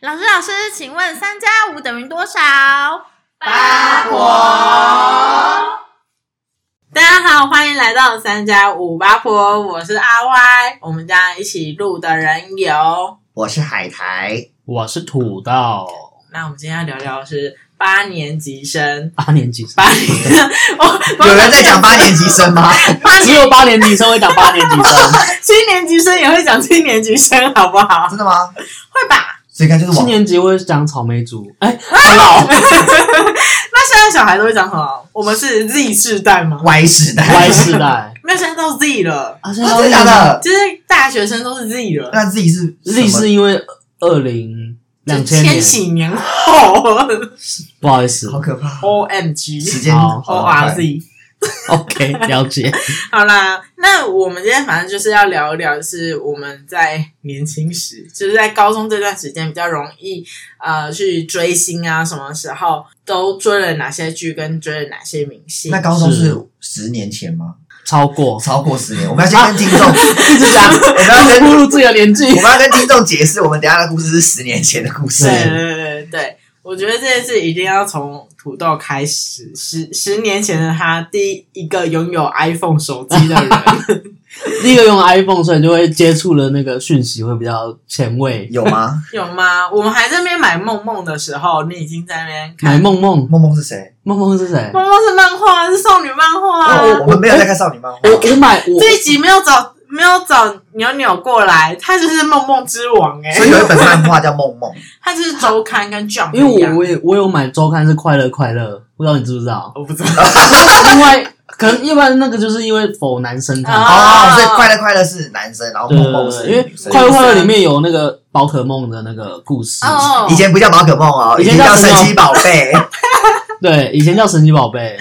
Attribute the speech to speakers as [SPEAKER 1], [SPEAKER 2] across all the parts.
[SPEAKER 1] 老师，老师，请问三加五等于多少？
[SPEAKER 2] 八婆。大家好，欢迎来到三加五八婆，我是阿 Y，我们家一起录的人有。
[SPEAKER 3] 我是海苔，
[SPEAKER 4] 我是土豆，
[SPEAKER 2] 那我们今天要聊聊的是八年级生，
[SPEAKER 4] 八年级生，
[SPEAKER 2] 八年，我
[SPEAKER 3] 有人在讲八年级生 吗？
[SPEAKER 2] 八
[SPEAKER 4] 只
[SPEAKER 2] 年
[SPEAKER 4] 有八年级生会讲八年级 生，
[SPEAKER 2] 七年级生也会讲七年级生，好不好？
[SPEAKER 3] 真的吗？
[SPEAKER 2] 会吧？
[SPEAKER 3] 所以看就是
[SPEAKER 4] 七
[SPEAKER 3] 我
[SPEAKER 4] 年级会讲草莓 族，哎、很老
[SPEAKER 2] 那现在小孩都会讲什么？我们是 Z 世代吗？
[SPEAKER 3] Y 时代
[SPEAKER 4] Y 世代
[SPEAKER 2] 没有，现在都 Z 了，
[SPEAKER 4] 啊，现
[SPEAKER 3] 啊 真的假的？
[SPEAKER 2] 就是大学生都是 Z 了，
[SPEAKER 3] 那自己是
[SPEAKER 4] ？Z
[SPEAKER 3] 什么
[SPEAKER 4] 是因为二零两
[SPEAKER 2] 就
[SPEAKER 4] 千
[SPEAKER 2] 千
[SPEAKER 4] 年，
[SPEAKER 2] 禧年后
[SPEAKER 4] 不好意思
[SPEAKER 3] 好可怕，
[SPEAKER 2] ，O M
[SPEAKER 3] 时
[SPEAKER 2] G
[SPEAKER 3] 间
[SPEAKER 4] 好啊
[SPEAKER 2] O R Z。
[SPEAKER 4] ，OK，了解。
[SPEAKER 2] 好啦，那我们今天反正就是要聊一聊，就是我们在年轻时，就是在高中这段时间比较容易呃去追星啊，什么时候都追了哪些剧，跟追了哪些明星
[SPEAKER 3] 那。高中
[SPEAKER 4] 是啊
[SPEAKER 3] 是十年前吗？
[SPEAKER 4] 超过，
[SPEAKER 3] 超过十年，我们要先跟听 众，我
[SPEAKER 4] 一 直讲，
[SPEAKER 3] 们要跟
[SPEAKER 4] 步入自己的年纪
[SPEAKER 3] 我。们要跟听众解释，我们等一下的故事是十年前的故事
[SPEAKER 2] 对。对对对对，我觉得这件事一定要从土豆开始。十十年前的他，第一个拥有 iPhone 手机的人，
[SPEAKER 4] 第一个用 iPhone，所以就会接触的那个讯息会比较前卫。
[SPEAKER 3] 有吗？
[SPEAKER 2] 有吗？我们还在那边买梦梦的时候，你已经在那边看
[SPEAKER 4] 买梦梦，
[SPEAKER 3] 梦梦是谁？
[SPEAKER 4] 梦梦是谁？
[SPEAKER 2] 梦梦是漫画，是少女漫画、啊。
[SPEAKER 3] 哦我我们没有在看少女漫画
[SPEAKER 4] 我，我买我
[SPEAKER 2] 这一集没有找没有找牛牛过来，他就是梦梦之王哎、
[SPEAKER 3] 所以有一本漫画叫《梦梦》，
[SPEAKER 2] 他就是周刊跟 Jump
[SPEAKER 4] 因
[SPEAKER 2] 一
[SPEAKER 4] 为
[SPEAKER 2] 样
[SPEAKER 4] 我我也我有买周刊是快乐快乐，不知道你知不知道？
[SPEAKER 2] 我不知道，
[SPEAKER 4] 另外，可能一般那个就是因为否男生看，
[SPEAKER 2] 啊
[SPEAKER 3] 哦，所以快乐快乐是男生，然后
[SPEAKER 4] 对
[SPEAKER 3] 梦
[SPEAKER 4] 对
[SPEAKER 3] 梦
[SPEAKER 4] 对，
[SPEAKER 3] 是
[SPEAKER 4] 因为
[SPEAKER 3] 女
[SPEAKER 4] 《
[SPEAKER 3] 生。
[SPEAKER 4] 快乐快乐》里面有那个宝可梦的那个故事，
[SPEAKER 2] 哦
[SPEAKER 3] 以前不叫宝可梦哦，
[SPEAKER 4] 以
[SPEAKER 3] 以
[SPEAKER 4] 前
[SPEAKER 3] 前
[SPEAKER 4] 叫
[SPEAKER 3] 叫
[SPEAKER 4] 什
[SPEAKER 3] 神
[SPEAKER 4] 么
[SPEAKER 3] 奇宝贝。
[SPEAKER 4] 对，以前叫神奇宝贝，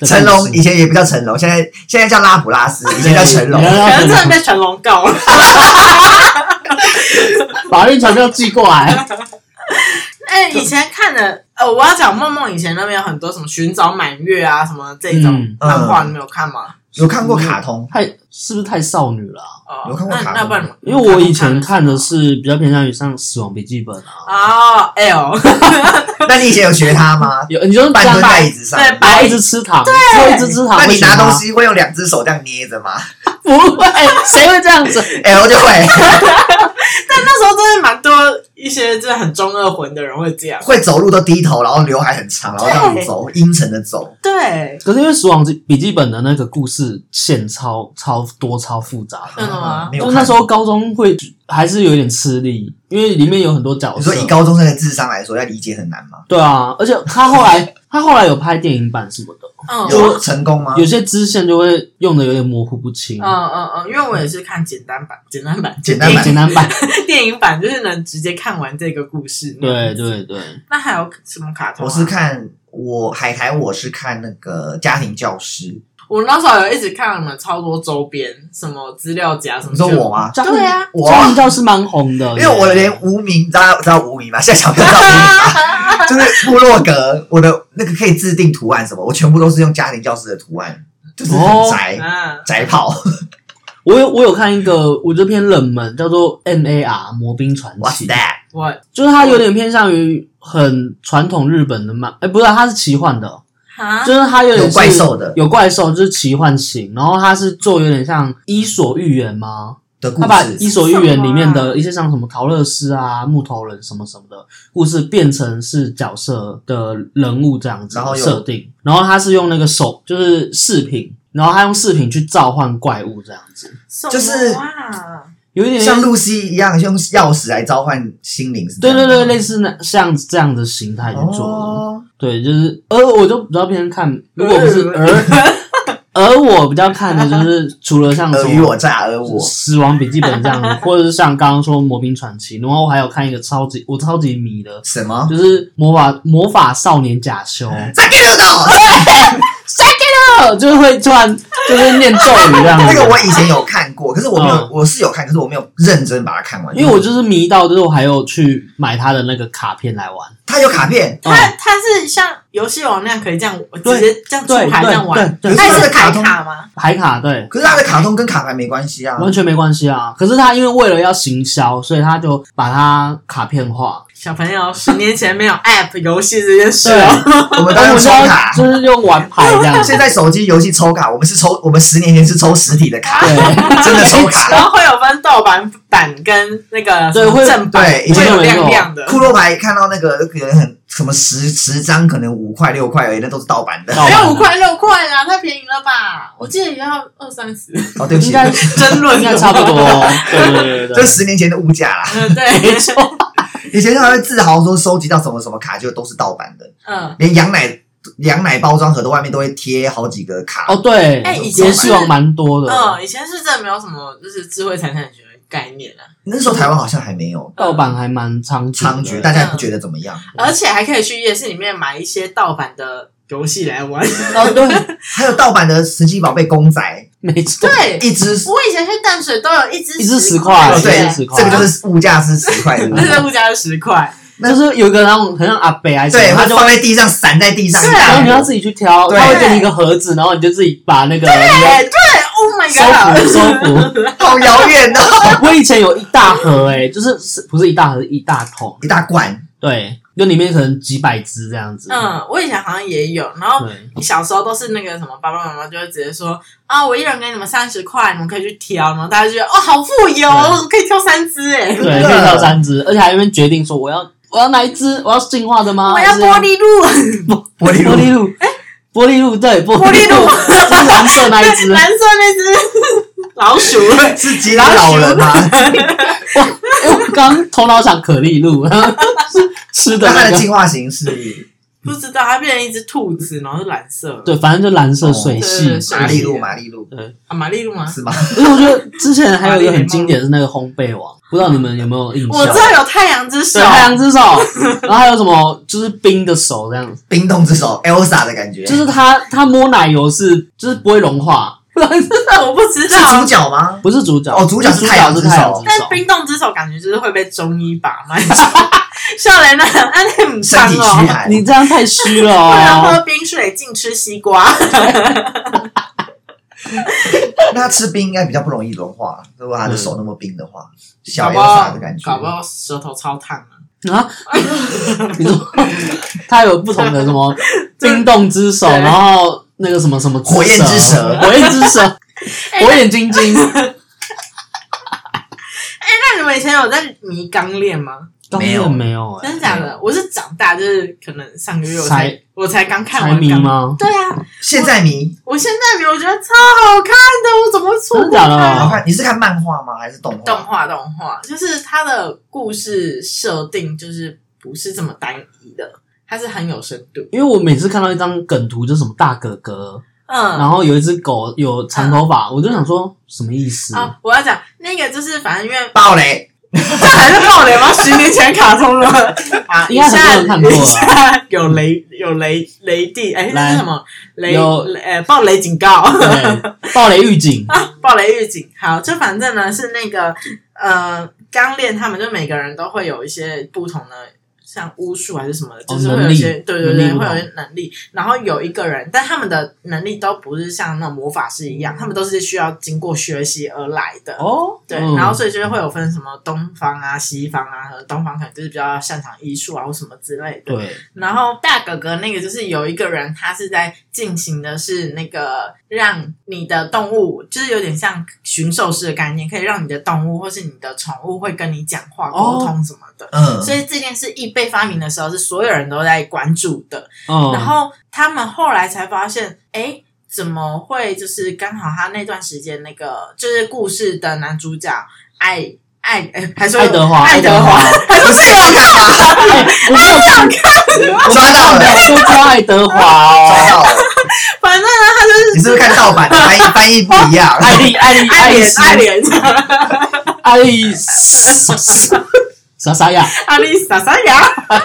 [SPEAKER 4] 的
[SPEAKER 3] 成
[SPEAKER 4] 故
[SPEAKER 3] 龙
[SPEAKER 4] 事
[SPEAKER 3] 以前也不叫成龙，现在现在叫拉普拉斯，以前叫成龙
[SPEAKER 4] 以。前
[SPEAKER 2] 可
[SPEAKER 4] 叫
[SPEAKER 2] 能
[SPEAKER 4] 成
[SPEAKER 2] 真的
[SPEAKER 4] 龙，
[SPEAKER 2] 被成龙告了。
[SPEAKER 4] 法律传票寄过来，
[SPEAKER 2] 哎、以前看的呃，我要讲梦梦以前那边有很多什么寻找满月啊什么这种
[SPEAKER 4] 嗯，
[SPEAKER 2] 漫画，你没有看吗？
[SPEAKER 3] 有看过卡通？
[SPEAKER 4] 太是不是太少女了啊？
[SPEAKER 2] 哦，
[SPEAKER 3] 有看过
[SPEAKER 2] 那
[SPEAKER 3] 卡通
[SPEAKER 2] 那不然你们
[SPEAKER 4] 因为我以前看的
[SPEAKER 2] 什
[SPEAKER 4] 是比较偏向于像《死亡笔记本》啊，？
[SPEAKER 2] 么哦 L
[SPEAKER 3] 那你以前有学他吗
[SPEAKER 4] 有你就是
[SPEAKER 3] 半
[SPEAKER 4] 加
[SPEAKER 3] 蹲在
[SPEAKER 4] 班
[SPEAKER 3] 椅，子上，
[SPEAKER 2] 对
[SPEAKER 4] 然后一直吃糖，对一直吃糖，
[SPEAKER 3] 那你拿东
[SPEAKER 4] 会
[SPEAKER 3] 西会用两只手这样捏着吗
[SPEAKER 4] 喜欢吗不会，谁会这样子？
[SPEAKER 3] ？L 就会
[SPEAKER 2] 但那时候真的蛮多一些就是很中二魂的人会这样，
[SPEAKER 3] 会走路都低头，然后刘海很长，然后这样走，阴沉的走。
[SPEAKER 2] 对，
[SPEAKER 4] 可是因为《死亡笔记本》的那个故事线超超多、超复杂的，
[SPEAKER 2] 真的吗
[SPEAKER 3] 嗯没有
[SPEAKER 4] 就
[SPEAKER 3] 看
[SPEAKER 4] 那时候高中会还是有点吃力，因为里面有很多角
[SPEAKER 3] 你
[SPEAKER 4] 色
[SPEAKER 3] 说。以高中生的智商来说，要理解很难吗？
[SPEAKER 4] 对啊，而且他后来 他后来有拍电影版什么的，
[SPEAKER 2] 嗯，
[SPEAKER 3] 有成功吗
[SPEAKER 4] 哦有？些支线就会用的有点模糊不清。哎
[SPEAKER 2] 嗯嗯嗯，因为我也是看简单版，简单版，
[SPEAKER 3] 简单版
[SPEAKER 4] 简 单版，
[SPEAKER 2] 电影版就是能直接看完这个故事。
[SPEAKER 4] 对。对对，
[SPEAKER 2] 那还有什么卡通、啊
[SPEAKER 3] 我是，看我海苔，我是看那个家庭教师。
[SPEAKER 2] 我那时候有一直看你们超多周边，什么资料夹什么。
[SPEAKER 3] 你说我？吗？
[SPEAKER 4] 家庭
[SPEAKER 2] 对啊
[SPEAKER 3] 我
[SPEAKER 4] 家庭教师蛮红的，
[SPEAKER 3] 因为我连无名，大家知道无名吧？现在小朋友知道无名吧？ 就是部落格，我的那个可以制定图案什么，我全部都是用家庭教师的图案，就是
[SPEAKER 4] 哦
[SPEAKER 3] 很宅、
[SPEAKER 2] 啊，
[SPEAKER 3] 宅炮。
[SPEAKER 4] 我有我有看一个，我这篇冷门叫做 M A R 魔兵传
[SPEAKER 3] What's
[SPEAKER 4] 奇，
[SPEAKER 3] that？
[SPEAKER 2] 我
[SPEAKER 4] 就是它有点偏向于很传统日本的漫，哎、不是、啊，它是奇幻的，
[SPEAKER 2] 啊，
[SPEAKER 4] 就是它有点
[SPEAKER 3] 有怪
[SPEAKER 4] 是
[SPEAKER 3] 兽的
[SPEAKER 4] 有怪兽就是奇幻型，然后它是做有点像《伊索寓言》吗？
[SPEAKER 3] 的故
[SPEAKER 4] 他把《伊
[SPEAKER 3] 事
[SPEAKER 4] 索寓言》里面
[SPEAKER 2] 什么啊
[SPEAKER 4] 的一些像什么陶乐斯啊、木头人什么什么的故事，变成是角色的人物这样子
[SPEAKER 3] 然后有
[SPEAKER 4] 设定，然后他是用那个手就是饰品，然后他用饰品去召唤怪物这样子，
[SPEAKER 3] 就是哦
[SPEAKER 2] 什么啊，
[SPEAKER 4] 有一点
[SPEAKER 3] 像露西一样用钥匙来召唤心灵，是这
[SPEAKER 4] 对
[SPEAKER 3] 样吗
[SPEAKER 4] 对对，类似那像这样的形态去做的。
[SPEAKER 3] 哦，
[SPEAKER 4] 对，就是而我就比较偏看，如果不是
[SPEAKER 2] 呃
[SPEAKER 4] 而而 我比较看的就是除了像
[SPEAKER 3] 尔
[SPEAKER 4] 什
[SPEAKER 3] 虞
[SPEAKER 4] 么
[SPEAKER 3] 我诈，尔
[SPEAKER 4] 《
[SPEAKER 3] 我
[SPEAKER 4] 死亡笔记本》这 样的，或者是像刚刚说《魔兵传奇》，然后我还有看一个超级我超级迷的，
[SPEAKER 3] 什么？
[SPEAKER 4] 就是魔法魔法少年假修，
[SPEAKER 3] 再给我 走！
[SPEAKER 4] 呃就是会突然就是念咒语这 样子。
[SPEAKER 3] 这个我以前有看过，可是我没有
[SPEAKER 4] 嗯，
[SPEAKER 3] 我是有看，可是我没有认真把它看完，
[SPEAKER 4] 因为我就是迷到，就是我还有去买他的那个卡片来玩。嗯
[SPEAKER 3] 它有卡片，
[SPEAKER 2] 它它是像游戏王那样可以这样直接这样出
[SPEAKER 4] 对
[SPEAKER 2] 牌这样玩，
[SPEAKER 4] 对
[SPEAKER 3] 可
[SPEAKER 4] 对对，
[SPEAKER 2] 它也
[SPEAKER 3] 它
[SPEAKER 2] 是
[SPEAKER 3] 的
[SPEAKER 2] 牌
[SPEAKER 3] 卡通
[SPEAKER 2] 卡吗？
[SPEAKER 4] 牌卡对，
[SPEAKER 3] 可是它的卡通跟卡牌没关系啊。
[SPEAKER 4] 完全没关系啊。可是他因为为了要行销，所以他就把它卡片化，
[SPEAKER 2] 小朋友十年前没有 App 游戏这件事
[SPEAKER 4] 对，
[SPEAKER 2] 哦，
[SPEAKER 3] 我们
[SPEAKER 4] 我
[SPEAKER 3] 当然
[SPEAKER 4] 们
[SPEAKER 3] 啊抽
[SPEAKER 4] 就要
[SPEAKER 3] 卡，
[SPEAKER 4] 就是用玩牌这 样，
[SPEAKER 3] 现在手机游戏抽卡，我们是抽，我们十年前是抽实体的卡，
[SPEAKER 4] 对
[SPEAKER 3] 真的抽
[SPEAKER 2] 然
[SPEAKER 3] 卡。
[SPEAKER 2] 后会有分盗版版跟那个
[SPEAKER 4] 对
[SPEAKER 2] 什么
[SPEAKER 4] 会
[SPEAKER 2] 正版，
[SPEAKER 3] 对以前
[SPEAKER 2] 会有
[SPEAKER 4] 有
[SPEAKER 2] 亮
[SPEAKER 4] 那种
[SPEAKER 2] 亮的。
[SPEAKER 3] 骷髅牌看到那个可能很什么十十张，可能五块六块而已，那都是盗版的。
[SPEAKER 4] 盗
[SPEAKER 2] 没
[SPEAKER 4] 版
[SPEAKER 2] 有五块六块啦，太便宜了吧？我记得也要二三十，
[SPEAKER 3] 哦，对不起
[SPEAKER 4] 应，该
[SPEAKER 2] 争论
[SPEAKER 4] 应该差 不多，哦对对对对
[SPEAKER 3] 这
[SPEAKER 4] 对，
[SPEAKER 3] 十年前的物价啦。
[SPEAKER 2] 嗯，对，
[SPEAKER 3] 以前还会自豪说收集到什么什么卡就都是盗版的，
[SPEAKER 2] 嗯，
[SPEAKER 3] 连羊奶羊奶包装盒的外面都会贴好几个卡。
[SPEAKER 4] 哦对，
[SPEAKER 2] 哎以前
[SPEAKER 4] 联系网蛮多的，
[SPEAKER 2] 嗯，以前是真的没有什么就是智慧财产权的概念啊，
[SPEAKER 3] 那时候台湾好像还没有
[SPEAKER 2] 嗯
[SPEAKER 4] 盗版还蛮猖
[SPEAKER 3] 猖獗，
[SPEAKER 4] 獗的，
[SPEAKER 3] 大家也不觉得怎么样。
[SPEAKER 2] 而且还可以去夜市里面买一些盗版的游戏来玩。
[SPEAKER 4] 哦对，
[SPEAKER 3] 还有盗版的神奇宝贝公仔，
[SPEAKER 4] 没错，
[SPEAKER 2] 对，
[SPEAKER 3] 一只
[SPEAKER 2] 我以前去淡水都有一只
[SPEAKER 4] 一只
[SPEAKER 2] 十
[SPEAKER 4] 十块
[SPEAKER 3] 哦，
[SPEAKER 4] 一
[SPEAKER 3] 对
[SPEAKER 4] 只十，块
[SPEAKER 3] 这个就是物价是十块的。
[SPEAKER 2] 那个物价 是啊十块，
[SPEAKER 4] 就是有一个那种很像阿北还是什
[SPEAKER 3] 对，
[SPEAKER 4] 么
[SPEAKER 3] 它
[SPEAKER 4] 他就
[SPEAKER 3] 就放在地上，散在地上
[SPEAKER 2] 对
[SPEAKER 3] 一
[SPEAKER 4] 然
[SPEAKER 3] 大
[SPEAKER 4] 后你要
[SPEAKER 3] 坨。
[SPEAKER 4] 自己去挑，
[SPEAKER 3] 对
[SPEAKER 4] 他会给你一个盒子，然后你就自己把那个
[SPEAKER 2] 哎，对，Oh my
[SPEAKER 4] 收
[SPEAKER 2] god，
[SPEAKER 4] 服收服。
[SPEAKER 3] 好遥远 哦，
[SPEAKER 4] 我以前有一大盒哎、就是是不是一大盒，是一大桶，
[SPEAKER 3] 一大罐。
[SPEAKER 4] 对，就里面可能几百只这样 子。，
[SPEAKER 2] 嗯，我以前好像也有，然后
[SPEAKER 4] 对，
[SPEAKER 2] 小时候都是那个什么，爸爸妈妈就会直接说啊，我一人给你们三十块，你们可以去挑，然后大家就觉得哦，好富有，
[SPEAKER 4] 对
[SPEAKER 2] 可以挑三只哎，
[SPEAKER 4] 对，可以挑三只，而且还一边决定说我要我要哪一只，我要进化的吗？
[SPEAKER 2] 我要玻璃鹿，
[SPEAKER 3] 玻璃
[SPEAKER 4] 玻
[SPEAKER 3] 路
[SPEAKER 4] 璃鹿，哎、玻璃鹿对，玻
[SPEAKER 2] 玻璃鹿
[SPEAKER 4] 鹿，就是蓝色 那一只，
[SPEAKER 2] 蓝色那只 老鼠，
[SPEAKER 3] 是吉拉老人 吗？
[SPEAKER 4] 哎我刚头脑想可丽露，然后 是吃的
[SPEAKER 3] 那它
[SPEAKER 4] 那
[SPEAKER 3] 的
[SPEAKER 4] 个，
[SPEAKER 3] 进化型是
[SPEAKER 2] 不知道它变成一只兔子，然后是蓝色，
[SPEAKER 4] 对，反正就蓝色水
[SPEAKER 2] 哦
[SPEAKER 4] 系
[SPEAKER 2] 对。
[SPEAKER 3] 马力路，马力路
[SPEAKER 2] 啊，玛丽露吗？
[SPEAKER 3] 是吗？
[SPEAKER 4] 因为我觉得之前还有一个很经典的是那个烘焙王，不知道你们有没有印象？
[SPEAKER 2] 我知道有太阳之手
[SPEAKER 4] 对，，太阳之手，然后还有什么就是冰的手这样子，
[SPEAKER 3] 冰冻之手，Elsa 的感觉，
[SPEAKER 4] 就是他他摸奶油是就是不会融化，
[SPEAKER 2] 我不知
[SPEAKER 3] 是主
[SPEAKER 2] 道。
[SPEAKER 3] 角吗？
[SPEAKER 4] 不是主角
[SPEAKER 3] 哦主角是
[SPEAKER 4] 是
[SPEAKER 3] 太阳之手
[SPEAKER 4] 太阳之
[SPEAKER 2] 但
[SPEAKER 4] 手，
[SPEAKER 2] 冰冻之手感觉就是会被中医把脉，笑脸那安内姆
[SPEAKER 3] 身
[SPEAKER 2] 伤
[SPEAKER 3] 体
[SPEAKER 2] 哦
[SPEAKER 3] 虚，寒，
[SPEAKER 4] 你这样太虚 了
[SPEAKER 2] 不然
[SPEAKER 3] 啊
[SPEAKER 4] 哦。
[SPEAKER 2] 喝冰水，净吃西 瓜。
[SPEAKER 3] 那它吃冰应该比较不容易融化，如果他的手那么冰的话，小
[SPEAKER 2] 嗯搞不好
[SPEAKER 3] Elsa 的感觉。
[SPEAKER 2] 搞不好舌头超烫啊！
[SPEAKER 4] 啊， 你说他有不同的什么冰冻之手，
[SPEAKER 2] 对
[SPEAKER 4] 然后那个什么什么
[SPEAKER 3] 火焰之
[SPEAKER 4] 蛇
[SPEAKER 3] 蛇，
[SPEAKER 4] 火 焰之蛇，
[SPEAKER 2] 哎
[SPEAKER 4] 火眼金睛，
[SPEAKER 2] 那你们以前有在迷钢链吗？
[SPEAKER 3] 没有
[SPEAKER 4] 当然没有哎
[SPEAKER 2] 真，的假的？我是长大，就是可能上个月我才
[SPEAKER 4] 才
[SPEAKER 2] 我才刚看
[SPEAKER 4] 财
[SPEAKER 2] 完
[SPEAKER 4] 迷
[SPEAKER 2] 钢。
[SPEAKER 4] 吗？
[SPEAKER 2] 对啊，
[SPEAKER 3] 现在迷，
[SPEAKER 2] 我现在迷，我觉得超好看的，我怎么会错过
[SPEAKER 4] 真的假的
[SPEAKER 3] 好
[SPEAKER 2] 它？
[SPEAKER 3] 看。你是看漫画吗？还是动
[SPEAKER 2] 啊动
[SPEAKER 3] 画？
[SPEAKER 2] 画动画就是它的故事设定，就是不是这么单一的，它是很有深度。
[SPEAKER 4] 因为我每次看到一张梗图，就是什么大哥哥，然
[SPEAKER 2] 嗯。
[SPEAKER 4] 后有一只狗有长头发，我就想说什么意思？
[SPEAKER 2] 啊！我要讲那个，就是反正因为
[SPEAKER 3] 暴雷，
[SPEAKER 2] 这 还是爆雷吗？十年前卡通了啊，
[SPEAKER 4] 应该很多人看过啊了
[SPEAKER 2] 以下有雷 有雷雷地，哎、那是什么？雷
[SPEAKER 4] 有
[SPEAKER 2] 雷呃爆雷警告 啊，
[SPEAKER 4] 对，暴雷预 警，
[SPEAKER 2] 爆雷预警。好，就反正呢是那个呃钢炼他们就每个人都会有一些不同的。像巫术还是什么的，
[SPEAKER 4] 哦
[SPEAKER 2] 就是会有一些、
[SPEAKER 4] 能力
[SPEAKER 2] 对对
[SPEAKER 4] 能
[SPEAKER 2] 对，
[SPEAKER 4] 力不
[SPEAKER 2] 会
[SPEAKER 4] 同
[SPEAKER 2] 有一些能力。然后有一个人，但他们的能力都不是像那种魔法师一样，他们都是需要经过学习而来的。
[SPEAKER 4] 嗯哦，
[SPEAKER 2] 对，
[SPEAKER 4] 嗯
[SPEAKER 2] 然后所以就是会有分什么东方啊、西方啊，和东方可能就是比较擅长艺术啊或什么之类的。
[SPEAKER 4] 对，
[SPEAKER 2] 然后大哥哥那个就是有一个人，他是在进行的是那个让你的动物，就是有点像驯兽师的概念，可以让你的动物或是你的宠物会跟你讲话、
[SPEAKER 4] 哦
[SPEAKER 2] 沟通什么的。
[SPEAKER 3] 嗯，
[SPEAKER 2] 所以这件事一被发明的时候，是所有人都在关注的。
[SPEAKER 4] 嗯，
[SPEAKER 2] 然后他们后来才发现，哎，怎么会就是刚好他那段时间那个就是故事的男主角爱爱哎还说
[SPEAKER 4] 爱德华，
[SPEAKER 2] 爱德华，
[SPEAKER 3] 不是有看吗？
[SPEAKER 4] 哎我没有 看，
[SPEAKER 3] 抓到了，
[SPEAKER 4] 都叫爱德华
[SPEAKER 3] 抓
[SPEAKER 4] 哦，
[SPEAKER 3] 到了！
[SPEAKER 2] 反正呢他就是
[SPEAKER 3] 你是不是看盗版的翻译翻译不一样？
[SPEAKER 2] 哎
[SPEAKER 4] 爱丽爱丽
[SPEAKER 2] 爱
[SPEAKER 4] 丽
[SPEAKER 2] 莲
[SPEAKER 4] 丝
[SPEAKER 2] 爱莲
[SPEAKER 4] 爱丽丝傻傻呀，
[SPEAKER 2] 阿丽莎莎雅。啊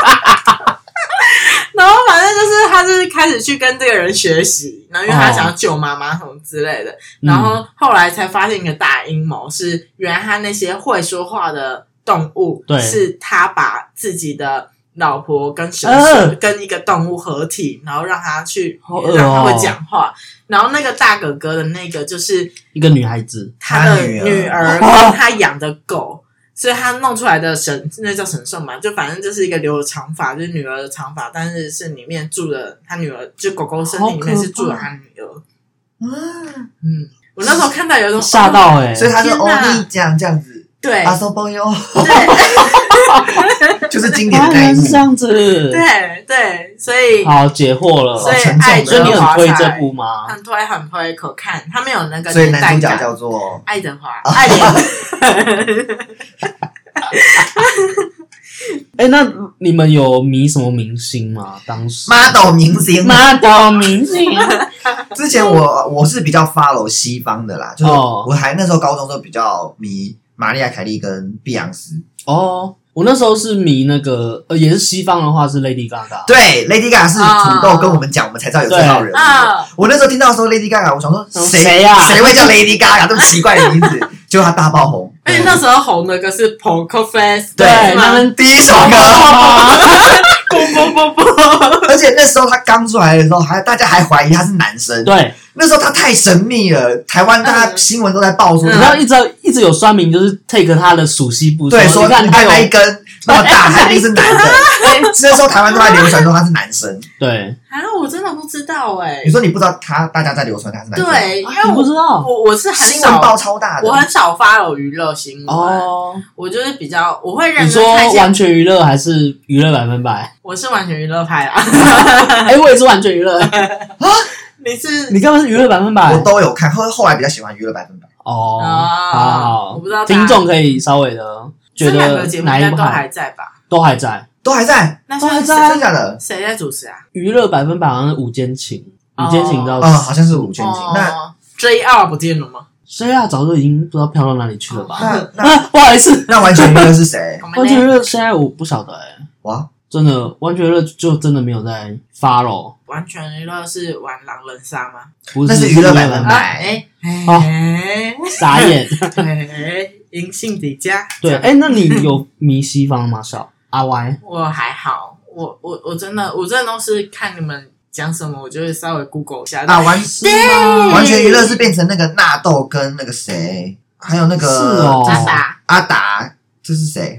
[SPEAKER 2] 然后反正就是他就是开始去跟这个人学习，然后因为他想要救妈妈什么之类的，
[SPEAKER 4] 嗯
[SPEAKER 2] 然后后来才发现一个大阴谋是，原来他那些会说话的动物，
[SPEAKER 4] 对
[SPEAKER 2] 是他把自己的老婆跟熊
[SPEAKER 4] 呃
[SPEAKER 2] 熊跟一个动物合体，然后让它去
[SPEAKER 4] 好恶哦
[SPEAKER 2] 让它会讲话。然后那个大哥哥的那个就是
[SPEAKER 4] 一个女孩子，
[SPEAKER 2] 他的
[SPEAKER 3] 他女儿
[SPEAKER 2] 女
[SPEAKER 3] 啊
[SPEAKER 2] 儿跟他养的狗，所以他弄出来的神那叫神兽嘛，就反正就是一个留了长发，就是女儿的长发，但是是里面住了他女儿，就狗狗身体里面是住了他女儿。
[SPEAKER 3] 嗯，
[SPEAKER 2] 嗯，我那时候看到有一种
[SPEAKER 4] 吓到哎、
[SPEAKER 3] 所以他是
[SPEAKER 2] 天
[SPEAKER 3] 欧
[SPEAKER 2] 哪哎
[SPEAKER 3] 尼酱这样子，
[SPEAKER 2] 对
[SPEAKER 3] 阿松朋友
[SPEAKER 2] 对
[SPEAKER 3] 就是经典
[SPEAKER 4] 啊
[SPEAKER 3] 的
[SPEAKER 4] 原
[SPEAKER 3] 那
[SPEAKER 4] 来
[SPEAKER 3] 一
[SPEAKER 4] 是
[SPEAKER 3] 幕
[SPEAKER 4] 这。样子，
[SPEAKER 2] 对对，所以
[SPEAKER 4] 好解惑了。
[SPEAKER 2] 所
[SPEAKER 4] 所以
[SPEAKER 2] 以
[SPEAKER 3] 沉重
[SPEAKER 2] 爱
[SPEAKER 3] 所以
[SPEAKER 4] 你
[SPEAKER 2] 德
[SPEAKER 4] 很
[SPEAKER 2] 华
[SPEAKER 4] 推
[SPEAKER 2] 才
[SPEAKER 4] 这部吗？
[SPEAKER 2] 很推很推可看，他没有那个
[SPEAKER 3] 所以
[SPEAKER 2] 年
[SPEAKER 3] 男
[SPEAKER 2] 代
[SPEAKER 3] 主角叫啊
[SPEAKER 2] 感。
[SPEAKER 3] 做
[SPEAKER 2] 爱德华，爱德华，
[SPEAKER 4] 哎、那你们有迷什么明星吗？当时
[SPEAKER 3] model 明星。
[SPEAKER 4] model 明星，
[SPEAKER 3] 之前我我是比较 follow 西方的啦，就是
[SPEAKER 4] 哦
[SPEAKER 3] 我还那时候高中的时候比较迷玛丽亚凯莉跟碧昂斯。
[SPEAKER 4] 哦，我那时候是迷那个，呃，也是西方的话是 Lady Gaga，
[SPEAKER 3] 对，Lady Gaga 是土豆
[SPEAKER 2] 哦
[SPEAKER 3] 跟我们讲，我们才知道有这号人物。
[SPEAKER 2] 啊，
[SPEAKER 3] 我那时候听到说 Lady Gaga，我想说
[SPEAKER 4] 嗯
[SPEAKER 3] 谁
[SPEAKER 4] 谁呀
[SPEAKER 3] 谁会叫 Lady Gaga 这么奇怪的名字？结果她大爆红，
[SPEAKER 2] 而且那时候红的歌是 Poker Face，
[SPEAKER 3] 对
[SPEAKER 2] 是吗
[SPEAKER 4] 他们
[SPEAKER 3] 第一首歌，
[SPEAKER 2] 不不不不，
[SPEAKER 3] 而且那时候她刚出来的时候，还大家还怀疑她是男生。
[SPEAKER 4] 对，
[SPEAKER 3] 那时候她太神秘了，台湾大家
[SPEAKER 2] 嗯
[SPEAKER 3] 新闻都在报说
[SPEAKER 2] 嗯
[SPEAKER 4] 你知道一直一直有酸民就是 take 他的属西部，
[SPEAKER 3] 对，说
[SPEAKER 4] 你看
[SPEAKER 3] 你
[SPEAKER 4] 他
[SPEAKER 3] 看
[SPEAKER 4] 有
[SPEAKER 3] 那 一根那么大，他一定是男的。那时候台湾都在流传说他是男生，
[SPEAKER 4] 对，
[SPEAKER 2] 啊，我真的不知道哎
[SPEAKER 3] 你，说你不知道他，大家在流传他是男生，，
[SPEAKER 2] 对，因为
[SPEAKER 4] 你不
[SPEAKER 2] 我
[SPEAKER 4] 知道
[SPEAKER 2] 我我是很
[SPEAKER 3] 新闻报
[SPEAKER 2] 少，
[SPEAKER 3] 超大的，
[SPEAKER 2] 我很少发有娱乐新闻，
[SPEAKER 4] 哦。
[SPEAKER 2] 我就是比较我会认
[SPEAKER 4] 你
[SPEAKER 2] 真
[SPEAKER 4] 说
[SPEAKER 2] 看一下
[SPEAKER 4] 完，全娱乐还是娱乐百 分百？
[SPEAKER 2] 我是完全娱乐派啊，
[SPEAKER 4] 哎，我也是完全娱乐，
[SPEAKER 2] 你是
[SPEAKER 4] 你干嘛是娱乐百分百
[SPEAKER 3] 我？都有看，后后来比较喜欢娱乐百分百，
[SPEAKER 4] 哦，
[SPEAKER 2] 啊
[SPEAKER 4] 好，
[SPEAKER 2] 我不知道大家
[SPEAKER 4] 听众可以稍微的觉
[SPEAKER 2] 这两
[SPEAKER 4] 得
[SPEAKER 2] 个节目应
[SPEAKER 4] 哪一
[SPEAKER 2] 该
[SPEAKER 4] 部
[SPEAKER 2] 都
[SPEAKER 4] 好
[SPEAKER 2] 还在吧？
[SPEAKER 4] 都还在。
[SPEAKER 3] 都还在，
[SPEAKER 2] 那
[SPEAKER 4] 都还
[SPEAKER 2] 现
[SPEAKER 4] 在
[SPEAKER 2] 在
[SPEAKER 4] 啊
[SPEAKER 3] 真的假的？
[SPEAKER 2] 谁在主持啊？
[SPEAKER 4] 娱乐百分百好像是五间情，
[SPEAKER 2] 哦
[SPEAKER 4] 五间情你知道
[SPEAKER 3] 嗯，好像是五千斤。那
[SPEAKER 2] 哦 JR 不见了吗？
[SPEAKER 4] 谁啊？早就已经不知道飘到哪里去了吧？
[SPEAKER 3] 那那
[SPEAKER 4] 啊，不好意思，
[SPEAKER 3] 那完全娱乐是谁
[SPEAKER 2] 我？们
[SPEAKER 4] 完全娱
[SPEAKER 2] 呢
[SPEAKER 4] 乐现在我不晓得哎，
[SPEAKER 3] 哇，
[SPEAKER 4] 真的完全娱乐就真的没有在 follow，
[SPEAKER 2] 完全娱乐是玩狼人杀吗？
[SPEAKER 4] 不
[SPEAKER 3] 那是娱
[SPEAKER 4] 娱
[SPEAKER 3] 乐
[SPEAKER 4] 乐
[SPEAKER 3] 百分
[SPEAKER 4] 分
[SPEAKER 3] 百
[SPEAKER 4] 百，
[SPEAKER 2] 哎哎
[SPEAKER 4] 好
[SPEAKER 2] 哎
[SPEAKER 4] 傻眼。
[SPEAKER 2] 哎，银杏底家。
[SPEAKER 4] 对，哎，那 你有迷西方吗？小阿 Y
[SPEAKER 2] 我还好，我我我真的我真的都是看你们讲什么，我就会稍微 Google 一下。
[SPEAKER 3] 那完
[SPEAKER 4] 是吗？
[SPEAKER 3] 啊完全娱乐是变成那个纳豆跟那个谁，还有那个
[SPEAKER 4] 是哦
[SPEAKER 2] 渣打
[SPEAKER 3] 阿达，这是谁？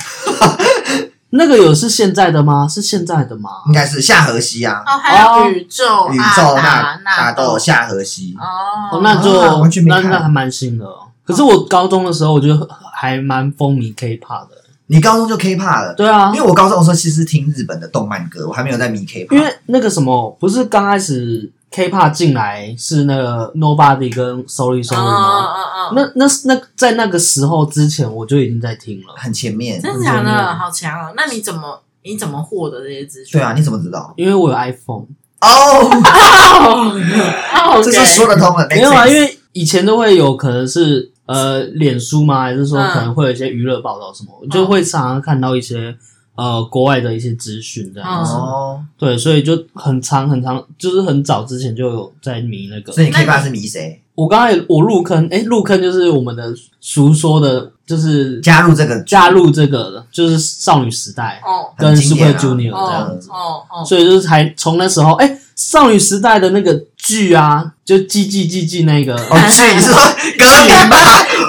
[SPEAKER 4] 那个有是现在的吗？是现在的吗？
[SPEAKER 3] 应该是夏荷西啊，
[SPEAKER 2] 哦，还有宇宙、
[SPEAKER 3] 宇
[SPEAKER 2] 阿
[SPEAKER 3] 宙
[SPEAKER 2] 达
[SPEAKER 3] 纳
[SPEAKER 2] 纳
[SPEAKER 3] 纳豆
[SPEAKER 2] 豆
[SPEAKER 3] 夏荷西，
[SPEAKER 2] 哦
[SPEAKER 4] 哦，那就
[SPEAKER 3] 啊完全没
[SPEAKER 4] 那
[SPEAKER 3] 看
[SPEAKER 4] 那还蛮新的哦。可是我高中的时候，我觉得还蛮风靡 K-pop 的。
[SPEAKER 3] 你高中就 K-pop 了。
[SPEAKER 4] 对啊，
[SPEAKER 3] 因为我高中的时候其实听日本的动漫歌，我还没有在迷 K-pop。
[SPEAKER 4] 因为那个什么，不是刚开始 K-pop 进来是那个 Nobody 跟 Sorry
[SPEAKER 2] 哦
[SPEAKER 4] Sorry 吗？
[SPEAKER 2] 哦哦哦，
[SPEAKER 4] 那那那在那个时候之前，我就已经在听了，
[SPEAKER 3] 很前面，
[SPEAKER 2] 真的假
[SPEAKER 4] 很多
[SPEAKER 2] 的？好强哦！那你怎么你怎么获得这些资讯？
[SPEAKER 3] 嗯对啊，你怎么知道？
[SPEAKER 4] 因为我有 iPhone。
[SPEAKER 3] 哦，
[SPEAKER 2] 哦，
[SPEAKER 3] 这就说得 通了。
[SPEAKER 4] 没有啊，
[SPEAKER 3] makes sense
[SPEAKER 4] 因为以前都会有可能是呃脸书嘛，还是说
[SPEAKER 2] 嗯
[SPEAKER 4] 可能会有一些娱乐报道什么，我就会常常看到一些呃国外的一些资讯这样子。
[SPEAKER 2] 嗯
[SPEAKER 3] 哦，
[SPEAKER 4] 对，所以就很长很长，就是很早之前就有在迷那个。
[SPEAKER 3] 所以你
[SPEAKER 2] 那你
[SPEAKER 3] K-pop 是迷谁？
[SPEAKER 4] 我刚才我入坑，哎，入坑就是我们的俗说的，就是
[SPEAKER 3] 加入这个
[SPEAKER 4] 加入这个就是少女时代
[SPEAKER 2] 哦
[SPEAKER 4] 跟
[SPEAKER 3] 很经
[SPEAKER 4] Super
[SPEAKER 3] 典啊
[SPEAKER 4] Junior 这样，
[SPEAKER 2] 哦
[SPEAKER 3] 子
[SPEAKER 2] 哦哦，
[SPEAKER 4] 所以就是才从那时候，哎，少女时代的那个剧啊，就《记记记记》那个
[SPEAKER 3] 哦，剧你是 说歌名吧？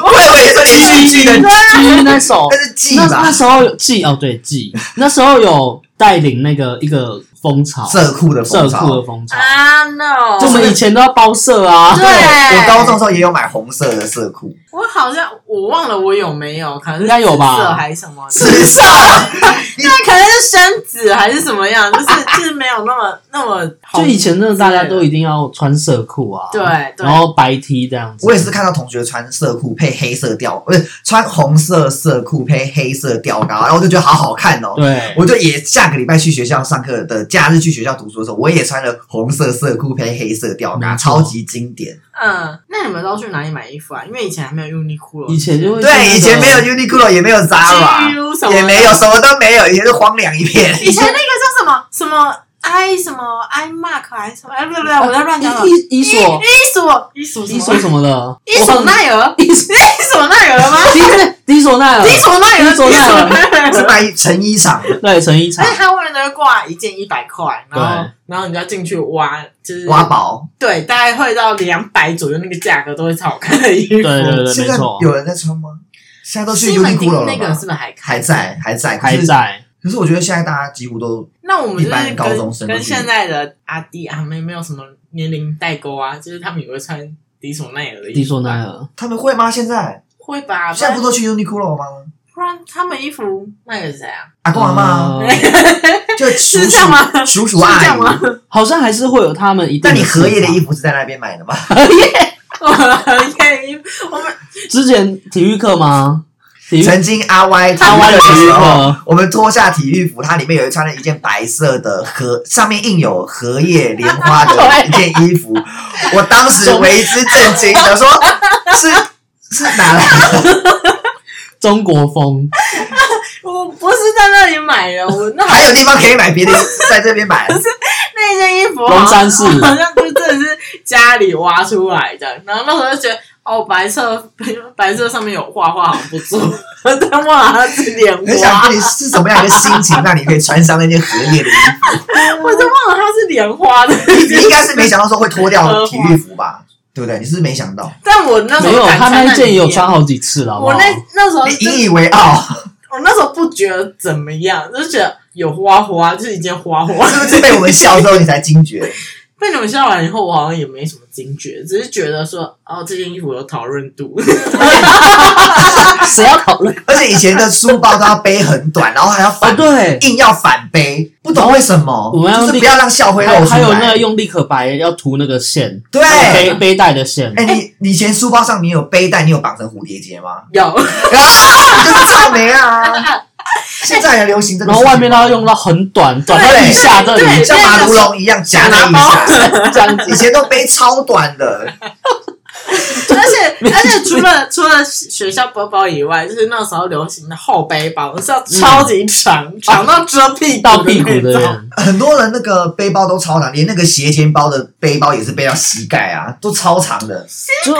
[SPEAKER 3] 我以为你说连续剧的，
[SPEAKER 4] 剧那首，
[SPEAKER 3] 但是剧
[SPEAKER 4] 那那
[SPEAKER 3] 吧，
[SPEAKER 4] 时候有记哦，对记，那时候有带领那个一个风潮，
[SPEAKER 3] 社酷的
[SPEAKER 4] 社
[SPEAKER 3] 风
[SPEAKER 4] 库
[SPEAKER 3] 潮
[SPEAKER 4] 的。风潮，
[SPEAKER 2] 啊 no，
[SPEAKER 4] 就我们以前都要包社啊，
[SPEAKER 2] 对
[SPEAKER 3] 我高中的时候也有买红色的色裤，
[SPEAKER 2] 我好像我忘了我有没有，可能是
[SPEAKER 4] 应该有吧
[SPEAKER 2] 紫色还是什么的？
[SPEAKER 3] 紫色，
[SPEAKER 2] 那 可能是深紫还是什么样，就是就是没有那么那么红
[SPEAKER 4] 就以前真的大家都一定要穿社裤啊，
[SPEAKER 2] 对对
[SPEAKER 4] 然后白 T 这样子。
[SPEAKER 3] 我也是看到同学穿色裤配黑色吊，不是穿红色色裤配黑色吊高，然后我就觉得好好看哦。
[SPEAKER 4] 对，
[SPEAKER 3] 我就也下个礼拜去学校上课的假日去学校读书的时候，我也穿了红色色裤配黑色吊带，
[SPEAKER 4] 没错
[SPEAKER 3] 超级经典。
[SPEAKER 2] 嗯，那你们都去哪里买衣服啊？因为以前还没有 Uniqlo，
[SPEAKER 4] 以前就会是那
[SPEAKER 3] 对，
[SPEAKER 4] 个
[SPEAKER 3] 以前没有 Uniqlo，也没有 Zara，
[SPEAKER 2] GU 什么的
[SPEAKER 3] 也没有什么都没有，以前是荒凉一片。
[SPEAKER 2] 以前那个叫什么什么 I 什么 I Mark 还是什么？哎，不对不对，我在乱讲了。
[SPEAKER 4] 伊伊伊索
[SPEAKER 2] 伊索伊索
[SPEAKER 4] 伊索什
[SPEAKER 2] 么？
[SPEAKER 4] 么的，
[SPEAKER 2] 伊索奈尔？
[SPEAKER 4] 伊索
[SPEAKER 2] 伊索奈尔吗？
[SPEAKER 4] 迪索奈尔
[SPEAKER 2] 伊，索奈尔？
[SPEAKER 4] 伊索奈尔
[SPEAKER 2] 奈
[SPEAKER 3] 是。买成衣厂的
[SPEAKER 4] 对，陈一
[SPEAKER 2] 而
[SPEAKER 4] 场
[SPEAKER 2] 且韩国人都会挂一件一百块，然后
[SPEAKER 4] 对
[SPEAKER 2] 然后你就要进去挖，就是
[SPEAKER 3] 挖宝。
[SPEAKER 2] 对，大概会到两百左右那个价格都会超好看的衣服。
[SPEAKER 4] 对对对，
[SPEAKER 3] 现
[SPEAKER 4] 没
[SPEAKER 3] 在
[SPEAKER 4] 错，
[SPEAKER 3] 有人在穿吗？现在都去
[SPEAKER 2] 西
[SPEAKER 3] u
[SPEAKER 2] 门
[SPEAKER 3] n i
[SPEAKER 2] 町
[SPEAKER 3] q
[SPEAKER 2] 那
[SPEAKER 3] 了
[SPEAKER 2] 个
[SPEAKER 3] 吧
[SPEAKER 2] 是？不是还
[SPEAKER 3] 还
[SPEAKER 2] 开？
[SPEAKER 3] 在，还在，可
[SPEAKER 4] 还
[SPEAKER 3] 是
[SPEAKER 4] 在，
[SPEAKER 3] 可是我觉得现在大家几乎都
[SPEAKER 2] 那我们就
[SPEAKER 3] 一般
[SPEAKER 2] 是
[SPEAKER 3] 高中生
[SPEAKER 2] 跟
[SPEAKER 3] 都
[SPEAKER 2] 跟
[SPEAKER 3] 是
[SPEAKER 2] 现在的阿弟阿妹没有什么年龄代沟啊，就是他们也会穿迪索奈尔的衣服吧
[SPEAKER 4] 迪索奈尔，
[SPEAKER 3] 他们会吗？现在
[SPEAKER 2] 会吧？不
[SPEAKER 3] 现在不
[SPEAKER 2] 然
[SPEAKER 3] 都去 u n i q l o 吗？
[SPEAKER 2] 不然他们衣服卖给谁啊？
[SPEAKER 3] 阿公阿妈
[SPEAKER 4] 呃
[SPEAKER 3] 就 叔
[SPEAKER 2] 是这样吗
[SPEAKER 3] 叔叔叔
[SPEAKER 2] 是这
[SPEAKER 3] 阿
[SPEAKER 2] 样
[SPEAKER 3] 姨。
[SPEAKER 2] 吗？
[SPEAKER 4] 好像还是会有他们一定。
[SPEAKER 3] 但你荷叶的衣
[SPEAKER 4] 服，
[SPEAKER 3] 服是在那边买的吗？
[SPEAKER 2] 我们看衣服，我们
[SPEAKER 4] 之前体育课吗？体育
[SPEAKER 3] 曾经阿歪
[SPEAKER 4] 阿歪的体育
[SPEAKER 3] 时候，
[SPEAKER 4] 课，
[SPEAKER 3] 我们脱下体育服，它里面有穿了一件白色的荷，上面印有荷叶莲花的一件衣服，我当时为之震惊，想说 是是哪来的？
[SPEAKER 4] 中国风，
[SPEAKER 2] 我不是在那里买的，我那
[SPEAKER 3] 还有地方可以买别的，在这边买。
[SPEAKER 2] 那件衣服啊
[SPEAKER 4] 龙山寺
[SPEAKER 2] 好像就真的是家里挖出来的，然后那时候就觉得。哦，白色白色上面有画画，好像不错， 但忘了它是莲
[SPEAKER 3] 很想
[SPEAKER 2] 花，
[SPEAKER 3] 问你是什么样的心情，让你可以穿上那件荷叶的衣服？
[SPEAKER 2] 我就忘了它是莲花 的。
[SPEAKER 3] 你你应该是没想到说会脱掉体育服吧？对不对？你是不是没想到，
[SPEAKER 2] 但我那时
[SPEAKER 4] 没
[SPEAKER 2] 候
[SPEAKER 4] 有
[SPEAKER 2] 敢
[SPEAKER 4] 他
[SPEAKER 2] 穿
[SPEAKER 4] 那一件也有
[SPEAKER 2] 里面
[SPEAKER 4] 穿，好几次了，好不
[SPEAKER 2] 啊我
[SPEAKER 4] 好
[SPEAKER 2] 那？那时候
[SPEAKER 3] 你
[SPEAKER 2] 就
[SPEAKER 3] 引以为哦傲，
[SPEAKER 2] 我那时候不觉得怎么样，就是觉得有花花，就是一件花花。
[SPEAKER 3] 是不是被我们笑之后你才惊觉？
[SPEAKER 2] 被你们笑完以后，我好像也没什么惊觉，只是觉得说，哦，这件衣服有讨论度。
[SPEAKER 4] 谁要讨论？
[SPEAKER 3] 而且以前的书包都要背很短，然后还要
[SPEAKER 4] 哦，
[SPEAKER 3] 反
[SPEAKER 4] 对，
[SPEAKER 3] 硬要反背，不懂为什么，
[SPEAKER 4] 我们要
[SPEAKER 3] 就是
[SPEAKER 4] 立
[SPEAKER 3] 不要让校徽露
[SPEAKER 4] 还有
[SPEAKER 3] 出来。
[SPEAKER 4] 还有那个用立可白要涂那个线，
[SPEAKER 3] 对，
[SPEAKER 4] 背
[SPEAKER 3] 哎、
[SPEAKER 4] 背带的线，
[SPEAKER 3] 你你以前书包上你有背带，你有绑成蝴蝶结吗？
[SPEAKER 2] 有，
[SPEAKER 3] 啊，就是草莓啊！现在也流行这个，
[SPEAKER 4] 然后外面都要用到很短，短到一下这
[SPEAKER 2] 对
[SPEAKER 4] 里啊
[SPEAKER 3] 像马如龙一样夹在腋下，
[SPEAKER 4] 这样 子。
[SPEAKER 3] 以前都背超短的，
[SPEAKER 2] 而且而且除了除了学校包包以外，就是那时候流行的厚背包，是要超级长，
[SPEAKER 4] 啊
[SPEAKER 2] 长到遮屁股
[SPEAKER 4] 到屁股
[SPEAKER 2] 的
[SPEAKER 4] 的
[SPEAKER 2] 那种。
[SPEAKER 4] 人，
[SPEAKER 3] 很多人那个背包都超长，连那个斜肩包的背包也是背到膝盖啊，都超长的，
[SPEAKER 4] 就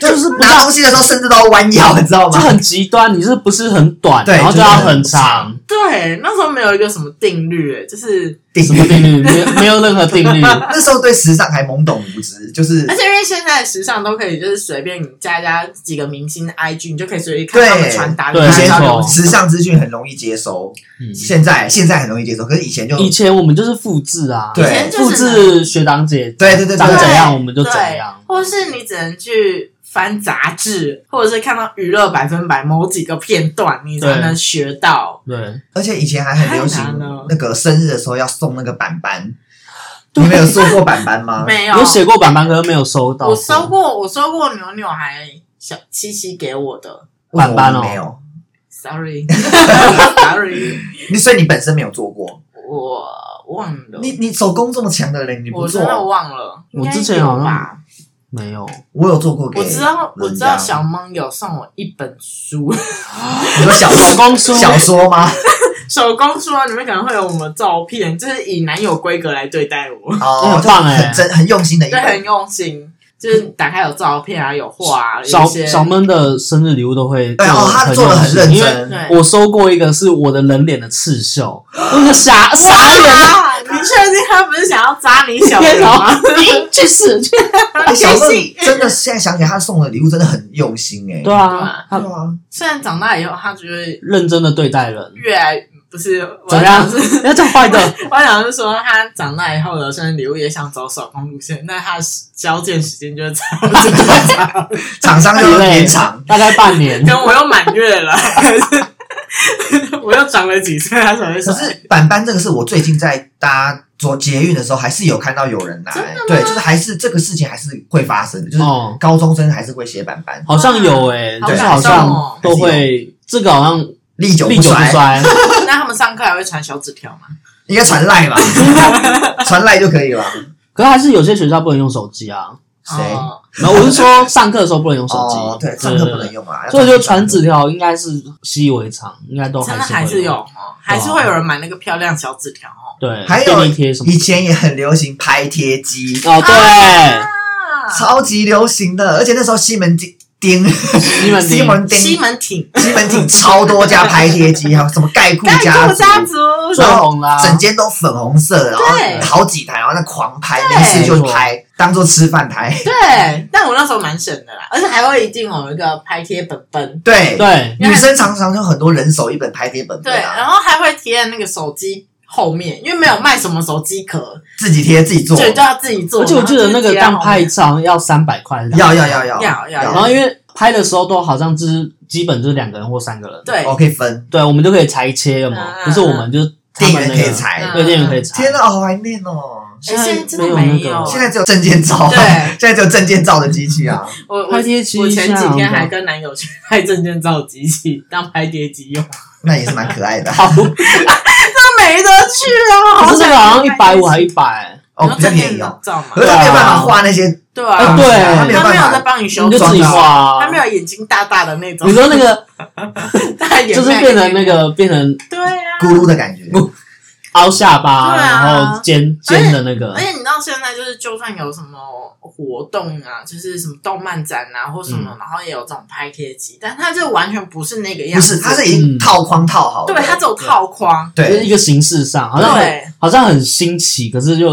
[SPEAKER 4] 就是不
[SPEAKER 3] 拿
[SPEAKER 4] 到
[SPEAKER 3] 东西的时候甚至都要弯腰，你知道
[SPEAKER 4] 就
[SPEAKER 3] 吗？
[SPEAKER 4] 很极端，你是不是很短，
[SPEAKER 3] 对
[SPEAKER 4] 然后就
[SPEAKER 3] 就是
[SPEAKER 4] 要
[SPEAKER 3] 很
[SPEAKER 4] 很长，
[SPEAKER 2] 对，那时候没有一个什么定律，就是
[SPEAKER 3] 顶
[SPEAKER 4] 什么定律？没有没有任何定 律，
[SPEAKER 3] 那时候对时尚还懵懂无知，就是
[SPEAKER 2] 而且因为现在的时尚都可以，就是随便你加加几个明星的 IG，你就可以随意看
[SPEAKER 3] 对
[SPEAKER 2] 他们穿搭，
[SPEAKER 4] 对
[SPEAKER 2] 你
[SPEAKER 3] 以
[SPEAKER 2] 就知
[SPEAKER 3] 前
[SPEAKER 2] 道
[SPEAKER 4] 没
[SPEAKER 2] 流
[SPEAKER 4] 错
[SPEAKER 2] 行
[SPEAKER 3] 时尚资讯很容易接收，
[SPEAKER 4] 嗯
[SPEAKER 3] 现在现在很容易接收，可是以前就
[SPEAKER 4] 以前我们就是复制啊，
[SPEAKER 3] 对
[SPEAKER 2] 以前就
[SPEAKER 4] 复
[SPEAKER 2] 是
[SPEAKER 4] 制学长姐
[SPEAKER 3] 对对对
[SPEAKER 4] 长
[SPEAKER 3] 对
[SPEAKER 4] 怎样
[SPEAKER 2] 对
[SPEAKER 4] 我们就怎
[SPEAKER 2] 对
[SPEAKER 4] 样，
[SPEAKER 2] 或是你只能去翻杂志，或者是看到娱乐百分百某几个片段，你才
[SPEAKER 4] 对
[SPEAKER 2] 能学到。
[SPEAKER 4] 对，
[SPEAKER 3] 而且以前还很流行
[SPEAKER 2] 太难了
[SPEAKER 3] 那个生日的时候要送那个板板，
[SPEAKER 4] 对
[SPEAKER 3] 你们有送过板板吗？
[SPEAKER 2] 没
[SPEAKER 4] 有写过板板，可是没有收到。
[SPEAKER 2] 我收过，我收过牛牛还小七七给我的
[SPEAKER 3] 问我
[SPEAKER 4] 板板哦
[SPEAKER 3] 没有，
[SPEAKER 2] ，sorry，sorry，
[SPEAKER 3] 你所以你本身没有做过，
[SPEAKER 2] 我忘了，
[SPEAKER 3] 你你手工这么强的人你不
[SPEAKER 2] 我真的
[SPEAKER 3] 做，
[SPEAKER 2] 忘了，
[SPEAKER 4] 我之前好
[SPEAKER 2] 应
[SPEAKER 4] 像
[SPEAKER 2] 该有吧，
[SPEAKER 4] 没有，
[SPEAKER 3] 我有做过给
[SPEAKER 2] 我知道，我知道
[SPEAKER 3] 人家
[SPEAKER 2] 小蒙有送我一本书，
[SPEAKER 3] 你说小
[SPEAKER 4] 手工书
[SPEAKER 3] 小说吗？
[SPEAKER 2] 手工书啊，里面可能会有我们的照片，就是以男友规格来对待我。
[SPEAKER 3] 哦，
[SPEAKER 4] 很棒哎
[SPEAKER 3] 就很真很用心的一
[SPEAKER 2] 欸
[SPEAKER 3] 哎
[SPEAKER 2] 对，
[SPEAKER 3] 本
[SPEAKER 2] 很，用心，就是打开有照片啊，有画啊，有
[SPEAKER 4] 小
[SPEAKER 2] 一些
[SPEAKER 4] 小闷的生日礼物都会
[SPEAKER 3] 对哦，他做的
[SPEAKER 4] 的
[SPEAKER 3] 很认
[SPEAKER 4] 因为
[SPEAKER 3] 真，
[SPEAKER 2] 对。
[SPEAKER 4] 我收过一个是我的人脸的 刺绣，我个傻傻眼，
[SPEAKER 2] 啊！ 你确定他不是想要扎你小人
[SPEAKER 4] 然
[SPEAKER 2] 吗？
[SPEAKER 4] 后去死去！
[SPEAKER 3] 哎小
[SPEAKER 2] 开
[SPEAKER 3] 乐
[SPEAKER 2] 心
[SPEAKER 3] 真的现在想起来他送的礼物真的很用心哎，
[SPEAKER 4] 对啊，
[SPEAKER 3] 对
[SPEAKER 4] 他
[SPEAKER 3] 啊。
[SPEAKER 2] 虽然长大以后，他觉得
[SPEAKER 4] 认真的对待人，
[SPEAKER 2] 越来不是我要
[SPEAKER 4] 怎么
[SPEAKER 2] 讲
[SPEAKER 4] 样
[SPEAKER 2] 是？
[SPEAKER 4] 要讲坏的，
[SPEAKER 2] 我想是说，他长大以后的生日礼物也想走手工路线，那他的交件时间就是长，
[SPEAKER 3] 厂商就会延长。
[SPEAKER 4] 大概半 年
[SPEAKER 2] 跟我又满月了，我又长了几岁，他才会
[SPEAKER 3] 可
[SPEAKER 2] 说。
[SPEAKER 3] 是板板这个是我最近在搭坐捷运的时候，还是有看到有人拿、
[SPEAKER 2] 真的吗
[SPEAKER 3] 对，就是还是这个事情还是会发生的，就是
[SPEAKER 4] 哦，
[SPEAKER 3] 高中生还是会写板板，
[SPEAKER 4] 好像有诶，
[SPEAKER 2] 好
[SPEAKER 4] 就是
[SPEAKER 2] 感
[SPEAKER 4] 好
[SPEAKER 2] 动哦
[SPEAKER 4] 像都会这个好像
[SPEAKER 3] 历久
[SPEAKER 4] 历久不
[SPEAKER 3] 衰，
[SPEAKER 4] 衰，
[SPEAKER 2] 那他们上课还会传小纸条吗？
[SPEAKER 3] 应该传赖吧，传赖就可以了。
[SPEAKER 4] 可是还是有些学校不能用手机啊，
[SPEAKER 3] 谁？
[SPEAKER 2] 哦
[SPEAKER 4] 然后我是 说上课的时候不能用手机，
[SPEAKER 3] 哦，对，上课不能用啊，
[SPEAKER 4] 所以我觉得传
[SPEAKER 3] 传
[SPEAKER 4] 纸条应该是习以为常，应该都
[SPEAKER 2] 真
[SPEAKER 4] 还
[SPEAKER 2] 的
[SPEAKER 4] 是
[SPEAKER 2] 还
[SPEAKER 4] 会
[SPEAKER 2] 是有
[SPEAKER 4] 啊
[SPEAKER 2] 哦，还是会有人买那个漂亮小纸条哦。
[SPEAKER 4] 对，
[SPEAKER 3] 还有
[SPEAKER 4] 便利贴什么
[SPEAKER 3] 以前也很流行拍贴机，
[SPEAKER 4] 哦，对，
[SPEAKER 2] 啊
[SPEAKER 3] 超级流行的，而且那时候西门町町
[SPEAKER 4] 西 门
[SPEAKER 3] 西
[SPEAKER 4] 町
[SPEAKER 3] 门町
[SPEAKER 2] 西门 町
[SPEAKER 3] 西门町超多家拍贴机，还有什么盖库
[SPEAKER 2] 盖
[SPEAKER 3] 家
[SPEAKER 2] 住
[SPEAKER 3] 族。
[SPEAKER 2] 家族，
[SPEAKER 4] 最红啦，
[SPEAKER 3] 整间都粉红色的，然
[SPEAKER 2] 对
[SPEAKER 3] 后好几台，然后那狂拍，没事就拍，当做吃饭台。
[SPEAKER 2] 对，但我那时候蛮省的啦，而且还会一定有一个拍贴本本，
[SPEAKER 3] 对，
[SPEAKER 4] 对，
[SPEAKER 3] 女生常常有很多人手一本拍贴本
[SPEAKER 2] 对，
[SPEAKER 3] 本啊，
[SPEAKER 2] 然后还会贴在那个手机后面，因为没有卖什么手机壳，
[SPEAKER 3] 自己贴自己做
[SPEAKER 2] 所，以就要自己做。
[SPEAKER 4] 而且我记得那个
[SPEAKER 2] 然
[SPEAKER 4] 当
[SPEAKER 2] 后就
[SPEAKER 4] 拍
[SPEAKER 2] 是
[SPEAKER 4] 一张要三百块，
[SPEAKER 3] 要要要
[SPEAKER 2] 贴在后面
[SPEAKER 3] 要
[SPEAKER 2] 要要
[SPEAKER 3] 要
[SPEAKER 4] 然后因为拍的时候都好像就是基本就是两个人或三个人，
[SPEAKER 2] 对
[SPEAKER 3] 哦我可以分，
[SPEAKER 4] 对，我们就可以裁切了嘛
[SPEAKER 2] 嗯，
[SPEAKER 4] 不是我们就是他
[SPEAKER 3] 店
[SPEAKER 4] 们
[SPEAKER 3] 员
[SPEAKER 4] 那
[SPEAKER 3] 可以
[SPEAKER 4] 个，
[SPEAKER 3] 裁。
[SPEAKER 2] 嗯
[SPEAKER 4] 对，店员可以裁
[SPEAKER 3] 天。 哪，好怀念哦！
[SPEAKER 2] 哎现在真的
[SPEAKER 4] 没有
[SPEAKER 2] 没
[SPEAKER 4] 那个
[SPEAKER 2] 有
[SPEAKER 4] 了
[SPEAKER 3] 现在只有证件照，
[SPEAKER 2] 对
[SPEAKER 3] 现在只有证件照的机器啊。
[SPEAKER 2] 我我
[SPEAKER 4] 拍贴机
[SPEAKER 2] 我前几
[SPEAKER 4] 像
[SPEAKER 2] 天还跟男友去拍证件照机器当拍贴机用，
[SPEAKER 3] 那也是蛮可爱的啊。
[SPEAKER 4] 好，
[SPEAKER 2] 那没得去啊！
[SPEAKER 4] 可
[SPEAKER 2] 好
[SPEAKER 4] 是这
[SPEAKER 2] 想
[SPEAKER 4] 个好像一
[SPEAKER 2] 拍
[SPEAKER 4] 百
[SPEAKER 2] 贴
[SPEAKER 4] 五
[SPEAKER 2] 机
[SPEAKER 4] 还一百，
[SPEAKER 3] 哦，
[SPEAKER 2] 然后
[SPEAKER 3] 比较
[SPEAKER 2] 证
[SPEAKER 3] 便
[SPEAKER 2] 件
[SPEAKER 3] 宜哦。
[SPEAKER 2] 照嘛
[SPEAKER 3] 可，是他没有办法画那些，
[SPEAKER 2] 啊对
[SPEAKER 4] 啊哎
[SPEAKER 2] 啊，
[SPEAKER 4] 对
[SPEAKER 3] 他没有
[SPEAKER 2] 他
[SPEAKER 3] 办
[SPEAKER 2] 没有在
[SPEAKER 3] 法。
[SPEAKER 2] 帮你修
[SPEAKER 4] 你就
[SPEAKER 2] 图
[SPEAKER 4] 自己
[SPEAKER 2] 啊，
[SPEAKER 4] 画
[SPEAKER 2] 他没
[SPEAKER 4] 啊。
[SPEAKER 2] 有眼睛大大的那种，
[SPEAKER 4] 你说那个
[SPEAKER 2] 大眼
[SPEAKER 4] 就是
[SPEAKER 2] 麦
[SPEAKER 4] 变成
[SPEAKER 2] 那
[SPEAKER 4] 那
[SPEAKER 2] 种
[SPEAKER 4] 个变成
[SPEAKER 2] 对啊，
[SPEAKER 3] 咕噜的感觉，
[SPEAKER 4] 凹下巴，
[SPEAKER 2] 对啊哎
[SPEAKER 4] 然后尖尖的那个
[SPEAKER 2] 而，且你知道现在就是，就算有什么活动啊，就是什么动漫展啊或什么，
[SPEAKER 4] 嗯
[SPEAKER 2] 然后也有这种拍贴机，但它就完全不是那个样
[SPEAKER 3] 不是，
[SPEAKER 2] 子。
[SPEAKER 3] 它是已经套框套好了。
[SPEAKER 2] 对，它只有套框。
[SPEAKER 4] 就是
[SPEAKER 3] 对，
[SPEAKER 4] 一个形式上好像很
[SPEAKER 2] 对
[SPEAKER 4] 好像很新奇，可是就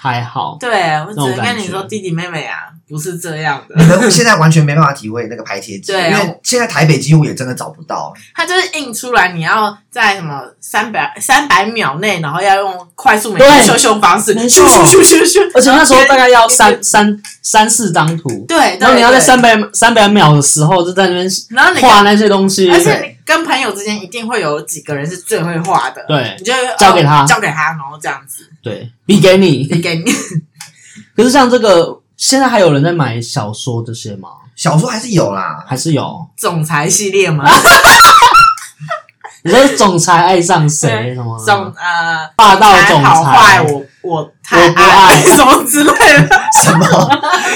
[SPEAKER 4] 还好。
[SPEAKER 2] 对，我只能跟你说，弟弟妹妹啊，不是这样的
[SPEAKER 3] 你，们现在完全没办法体会那个拍贴机，因
[SPEAKER 2] 对啊
[SPEAKER 3] 为现在台北几乎也真的找不到。
[SPEAKER 2] 它就是印出来，你要在什么三百三百秒内，然后要用快速美
[SPEAKER 4] 对
[SPEAKER 2] 工修修方式，
[SPEAKER 4] 没
[SPEAKER 2] 咻
[SPEAKER 4] 错
[SPEAKER 2] 咻咻咻咻。
[SPEAKER 4] 而且那时候大概要
[SPEAKER 2] 对
[SPEAKER 4] 三三三四张图，
[SPEAKER 2] 对，
[SPEAKER 4] 然后你要在
[SPEAKER 2] 对，
[SPEAKER 4] 三百三百秒的时候就在那边
[SPEAKER 2] 对然后你
[SPEAKER 4] 画
[SPEAKER 2] 跟，
[SPEAKER 4] 那些东西，
[SPEAKER 2] 而且你跟朋友之间一定会有几个人是最会画的，
[SPEAKER 4] 对
[SPEAKER 2] 你就
[SPEAKER 4] 交给他
[SPEAKER 2] 哦交给他，然后这样子。
[SPEAKER 4] 对，比给你。
[SPEAKER 2] 你给 你，
[SPEAKER 4] 可是像这个，现在还有人在买小说这些吗？
[SPEAKER 3] 小说还是有啦，
[SPEAKER 4] 还是有？
[SPEAKER 2] 总裁系列吗？
[SPEAKER 4] 你说总裁爱 上谁什么的？啊
[SPEAKER 2] 总呃，
[SPEAKER 4] 哦霸道总裁
[SPEAKER 2] 好坏我我太
[SPEAKER 4] 我不爱
[SPEAKER 2] 什么之类的。
[SPEAKER 3] 什么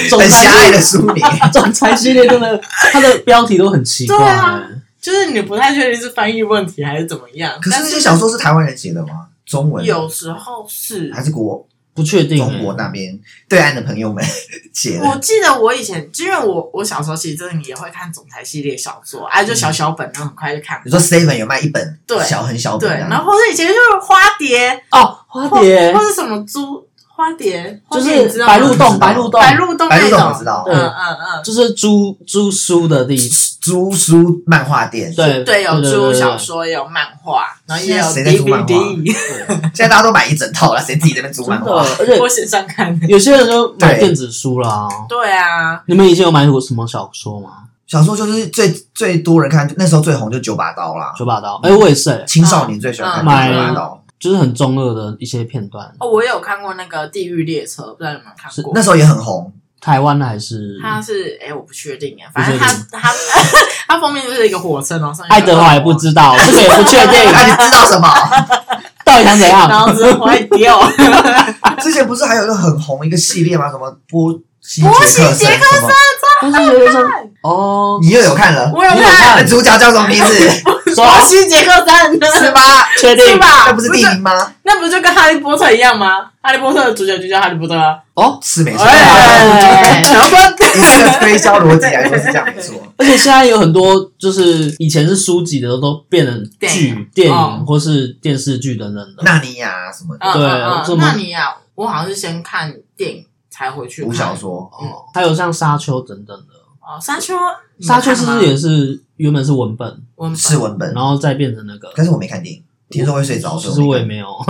[SPEAKER 4] 总
[SPEAKER 3] 很狭隘
[SPEAKER 4] 裁
[SPEAKER 3] 的书名，
[SPEAKER 4] 总裁系列真的，它的标题都很奇怪、
[SPEAKER 2] 对啊就是你不太确定是翻译问题还是怎么样，
[SPEAKER 3] 可是
[SPEAKER 2] 但
[SPEAKER 3] 那些小说是台湾人写的吗？中文
[SPEAKER 2] 有时候是
[SPEAKER 3] 还。是国
[SPEAKER 4] 不确定、
[SPEAKER 3] 中国那边对岸的朋友们 写
[SPEAKER 2] 我
[SPEAKER 3] 的？
[SPEAKER 2] 记得我以前，因为我我小时候其实真的也会看总裁系列小说，哎、就小
[SPEAKER 3] 嗯
[SPEAKER 2] 小本，然后很快就看完。
[SPEAKER 3] 你说 Seven 有卖一本
[SPEAKER 2] 对
[SPEAKER 3] 小很小
[SPEAKER 2] 对，
[SPEAKER 3] 本哦这样，
[SPEAKER 2] 然后或者以前就是花蝶，
[SPEAKER 4] 哦，花
[SPEAKER 2] 或
[SPEAKER 4] 蝶
[SPEAKER 2] 或者什么猪花蝶，花
[SPEAKER 4] 就
[SPEAKER 2] 蝶你知
[SPEAKER 4] 是
[SPEAKER 2] 道
[SPEAKER 4] 白
[SPEAKER 2] 吗
[SPEAKER 4] 鹿
[SPEAKER 3] 我知
[SPEAKER 4] 洞，
[SPEAKER 3] 道
[SPEAKER 4] 白鹿洞，
[SPEAKER 2] 白鹿洞
[SPEAKER 3] 白鹿
[SPEAKER 2] 那
[SPEAKER 3] 洞我
[SPEAKER 2] 种
[SPEAKER 3] 知，道
[SPEAKER 4] 对，
[SPEAKER 2] 嗯嗯嗯，
[SPEAKER 4] 就是猪猪书的地，
[SPEAKER 3] 租书漫画店，
[SPEAKER 4] 对
[SPEAKER 2] 对，有
[SPEAKER 4] 对
[SPEAKER 2] 出
[SPEAKER 4] 对
[SPEAKER 2] 小说，也有漫画，然后也有
[SPEAKER 3] 现在谁在出漫画啊
[SPEAKER 2] DVD。
[SPEAKER 3] 现在大家都买一整套了，谁自己在那边租
[SPEAKER 4] 真
[SPEAKER 3] 漫
[SPEAKER 4] 的
[SPEAKER 3] 画？，
[SPEAKER 4] 而 且
[SPEAKER 2] 我线上看的。
[SPEAKER 4] 有些人就买
[SPEAKER 3] 对
[SPEAKER 4] 电子书啦。
[SPEAKER 2] 对啊，
[SPEAKER 4] 你们以前有买过什么小说吗？
[SPEAKER 3] 小说就是最最多人看，那时候最红就九把刀啦，
[SPEAKER 4] 九把刀，哎、我也是、哎
[SPEAKER 3] 青少年最喜欢看
[SPEAKER 2] 嗯
[SPEAKER 3] 九把刀，
[SPEAKER 4] 就是很中二的一些片段。
[SPEAKER 2] 哦，我有看过那个《地狱列车》，不知道你有没有看过
[SPEAKER 3] 那？时候也很红，
[SPEAKER 4] 台湾的还是
[SPEAKER 2] 它是哎，我不确定哎，
[SPEAKER 4] 嗯不
[SPEAKER 2] 反
[SPEAKER 4] 确
[SPEAKER 2] 正
[SPEAKER 4] 定
[SPEAKER 2] 它 它它封面就是一个火车，然后上面
[SPEAKER 4] 爱德华也不知 道，这个也不确定，
[SPEAKER 3] 哎那你知道什么？
[SPEAKER 4] 到底想怎
[SPEAKER 2] 然
[SPEAKER 4] 样？
[SPEAKER 2] 后之后会掉。
[SPEAKER 3] 之前不是还有一个很红一个系列吗？什么波西
[SPEAKER 2] 波
[SPEAKER 3] 杰
[SPEAKER 2] 西
[SPEAKER 3] 克
[SPEAKER 2] 杰
[SPEAKER 3] 森
[SPEAKER 2] 克
[SPEAKER 3] 什么？
[SPEAKER 4] 不是有一种 哦，
[SPEAKER 3] 你又有看了？
[SPEAKER 2] 我有
[SPEAKER 4] 你有
[SPEAKER 2] 看啊
[SPEAKER 4] 看
[SPEAKER 3] 那主角叫什么名字？
[SPEAKER 4] 说
[SPEAKER 2] 《西杰克三》
[SPEAKER 3] 是
[SPEAKER 2] 是
[SPEAKER 3] 吗？
[SPEAKER 4] 确定
[SPEAKER 2] 是吧？
[SPEAKER 3] 那不是地名吗？
[SPEAKER 2] 那不就跟《哈利波特》一样吗？《哈利波特》的主角就叫哈利波特啊。
[SPEAKER 4] 哦。
[SPEAKER 3] 是没错。
[SPEAKER 2] 哎，
[SPEAKER 4] 哎
[SPEAKER 2] 全部
[SPEAKER 3] 以这个推销逻辑来说是这样 没错。
[SPEAKER 4] 而且现在有很多就是以前是书籍的，都变成剧、
[SPEAKER 2] 电
[SPEAKER 4] 电
[SPEAKER 2] 影哦
[SPEAKER 4] 影或是电视剧等等的。
[SPEAKER 3] 纳尼亚什么的
[SPEAKER 2] 嗯
[SPEAKER 4] 对
[SPEAKER 2] 嗯
[SPEAKER 4] 这
[SPEAKER 2] 嗯
[SPEAKER 4] 么
[SPEAKER 2] 那你呀，我好像是先看电影才回去
[SPEAKER 3] 武
[SPEAKER 2] 看
[SPEAKER 3] 小说，
[SPEAKER 4] 哦，还有像沙丘等等的。
[SPEAKER 2] 哦，沙丘，你有
[SPEAKER 4] 沙丘
[SPEAKER 2] 看
[SPEAKER 4] 是不
[SPEAKER 2] 吗
[SPEAKER 4] 是也是原本是文本，
[SPEAKER 2] 我们
[SPEAKER 3] 是文本
[SPEAKER 4] 然，后再变成那个？
[SPEAKER 3] 但是我没看电影，听说会睡着，
[SPEAKER 4] 其
[SPEAKER 3] 所
[SPEAKER 4] 实
[SPEAKER 3] 以
[SPEAKER 4] 我也
[SPEAKER 3] 没
[SPEAKER 4] 没有。
[SPEAKER 2] 哦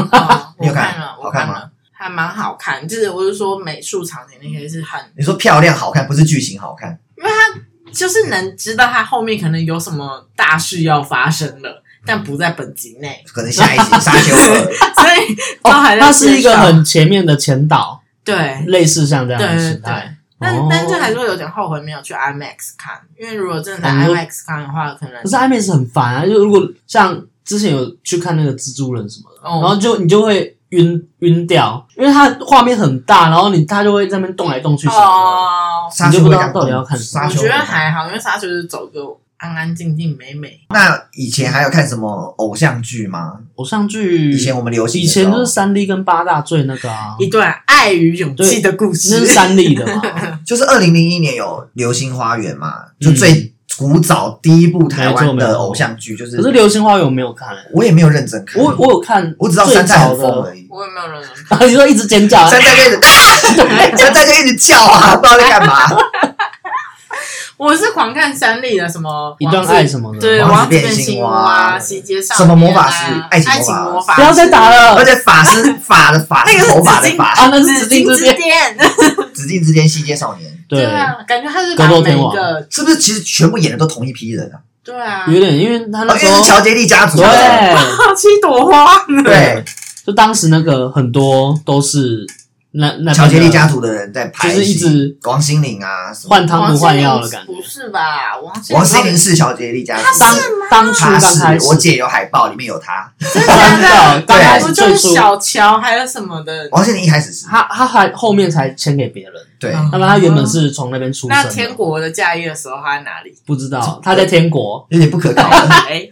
[SPEAKER 3] 你有
[SPEAKER 2] 我
[SPEAKER 3] 看
[SPEAKER 2] 看了，我
[SPEAKER 3] 好看吗
[SPEAKER 2] 了，还蛮好看。就是我是说美术场景那些是很
[SPEAKER 3] 看。，你说漂亮好看，不是剧情好看，
[SPEAKER 2] 就是能知道它后面可能有什么大事要发生了，但不在本集 内，
[SPEAKER 3] 可能下 一集沙丘二
[SPEAKER 2] 所以都还在
[SPEAKER 4] 它哦是一
[SPEAKER 2] 介
[SPEAKER 4] 个
[SPEAKER 2] 绍
[SPEAKER 4] 很前面的前导，
[SPEAKER 2] 对。
[SPEAKER 4] 类似像这样
[SPEAKER 2] 对
[SPEAKER 4] 的
[SPEAKER 2] 对
[SPEAKER 4] 形
[SPEAKER 2] 对
[SPEAKER 4] 态。，
[SPEAKER 2] 但
[SPEAKER 4] 哦
[SPEAKER 2] 但是还是会有点后悔没有去 IMAX 看，因为如果真的在
[SPEAKER 4] 哦你说
[SPEAKER 2] IMAX 看的话，可能
[SPEAKER 4] 可是 IMAX 很烦啊，就如果像之前有去看那个蜘蛛人什么的，
[SPEAKER 2] 哦
[SPEAKER 4] 然后就你就会晕晕掉，因为它画面很大，然后你它就会在那边动来动去什么的。
[SPEAKER 2] 哦，
[SPEAKER 1] 哦，
[SPEAKER 3] 沙
[SPEAKER 4] 你
[SPEAKER 3] 丘
[SPEAKER 4] 就不
[SPEAKER 3] 会
[SPEAKER 4] 知道
[SPEAKER 3] 感
[SPEAKER 4] 到底要
[SPEAKER 3] 动，
[SPEAKER 4] 看什么
[SPEAKER 3] 沙
[SPEAKER 2] 我
[SPEAKER 3] 丘
[SPEAKER 2] 觉
[SPEAKER 3] 会
[SPEAKER 2] 得
[SPEAKER 3] 感动。
[SPEAKER 2] 还好，因为沙丘就是走个安安静静、美美。
[SPEAKER 3] 那以前还有看什么偶像剧吗？
[SPEAKER 4] 偶像剧
[SPEAKER 3] 以前我们流行
[SPEAKER 4] 以
[SPEAKER 3] 的时
[SPEAKER 4] 前
[SPEAKER 3] 候，
[SPEAKER 4] 就是三 D 跟八大最那个啊，
[SPEAKER 2] 一段爱与勇气的故
[SPEAKER 4] 那
[SPEAKER 2] 事
[SPEAKER 4] 是。三 D 的嘛，
[SPEAKER 3] 就是二零零一年有《流星花园》嘛，
[SPEAKER 4] 嗯
[SPEAKER 3] 就最古早第一部台湾的偶像剧， 就是
[SPEAKER 4] 可是《流星花园》我没有看、欸，
[SPEAKER 3] 我也没有认真看，
[SPEAKER 4] 我我有看，
[SPEAKER 3] 我只知道
[SPEAKER 4] 最
[SPEAKER 3] 山寨
[SPEAKER 4] 早
[SPEAKER 3] 很疯欸
[SPEAKER 4] 的，
[SPEAKER 3] 而已，
[SPEAKER 2] 我也没有认真看，
[SPEAKER 4] 啊，你说一直尖叫啊，
[SPEAKER 3] 山寨就一直 山寨就一直叫啊，不知道在干嘛。
[SPEAKER 2] 我是狂看三立的什么
[SPEAKER 4] 一段
[SPEAKER 2] 王子
[SPEAKER 4] 爱什么的，
[SPEAKER 2] 对，
[SPEAKER 3] 王子
[SPEAKER 2] 王子变
[SPEAKER 3] 变
[SPEAKER 2] 青
[SPEAKER 3] 青
[SPEAKER 2] 蛙、
[SPEAKER 3] 蛙
[SPEAKER 2] 西街上
[SPEAKER 3] 什么魔法
[SPEAKER 2] 面啊
[SPEAKER 3] 师爱情
[SPEAKER 2] 爱
[SPEAKER 3] 魔
[SPEAKER 2] 情
[SPEAKER 3] 法
[SPEAKER 2] 魔法，
[SPEAKER 4] 不要再打。了
[SPEAKER 3] 而且法 师法的法
[SPEAKER 2] 那个
[SPEAKER 3] 是
[SPEAKER 2] 是
[SPEAKER 3] 头发的
[SPEAKER 2] 紫金
[SPEAKER 3] 法，
[SPEAKER 4] 啊，那 是
[SPEAKER 2] 紫
[SPEAKER 4] 指定
[SPEAKER 2] 禁
[SPEAKER 4] 之
[SPEAKER 2] 之
[SPEAKER 4] 巅，
[SPEAKER 2] 巅，
[SPEAKER 3] 紫禁之巅西街少年，
[SPEAKER 4] 对，
[SPEAKER 2] 啊，感觉他是
[SPEAKER 4] 格
[SPEAKER 2] 把
[SPEAKER 4] 斗
[SPEAKER 2] 每
[SPEAKER 4] 天
[SPEAKER 2] 一
[SPEAKER 4] 王
[SPEAKER 2] 个
[SPEAKER 3] 是不是其实全部演的都同一批人啊？
[SPEAKER 2] 对啊，
[SPEAKER 4] 有点，因为他那
[SPEAKER 3] 哦因
[SPEAKER 4] 时
[SPEAKER 3] 为是
[SPEAKER 4] 候
[SPEAKER 3] 乔杰利家族，
[SPEAKER 4] 对，
[SPEAKER 2] 七朵花，
[SPEAKER 3] 对，
[SPEAKER 4] 就当时那个很多都是那那
[SPEAKER 3] 乔杰利
[SPEAKER 4] 利
[SPEAKER 3] 家族的人在拍戏，
[SPEAKER 4] 就是一直
[SPEAKER 3] 王心凌啊，什么
[SPEAKER 4] 换汤不换药的感
[SPEAKER 2] 王心
[SPEAKER 4] 觉
[SPEAKER 2] 凌。不是吧？王心
[SPEAKER 3] 王心凌是乔杰利家族，
[SPEAKER 4] 当当初
[SPEAKER 3] 他
[SPEAKER 4] 刚开
[SPEAKER 3] 是
[SPEAKER 4] 始，
[SPEAKER 3] 我姐有海报，里面有他。
[SPEAKER 2] 真的
[SPEAKER 4] 真
[SPEAKER 2] 假
[SPEAKER 4] 的
[SPEAKER 2] 的，
[SPEAKER 4] 刚
[SPEAKER 3] 对
[SPEAKER 4] 开
[SPEAKER 2] 不
[SPEAKER 4] 始
[SPEAKER 2] 就
[SPEAKER 4] 啊最
[SPEAKER 2] 是
[SPEAKER 4] 初，
[SPEAKER 2] 小乔还有什么的？
[SPEAKER 3] 王心凌一开始是
[SPEAKER 4] 他他还后面才签给别人，
[SPEAKER 3] 对，
[SPEAKER 2] 嗯
[SPEAKER 4] 那么他原本是从那边出
[SPEAKER 2] 那
[SPEAKER 4] 生
[SPEAKER 2] 天
[SPEAKER 4] 的，
[SPEAKER 2] 国的嫁衣的时候，他在哪里？
[SPEAKER 4] 不知道他在天国。
[SPEAKER 3] 有点不 可靠了，
[SPEAKER 2] 哎，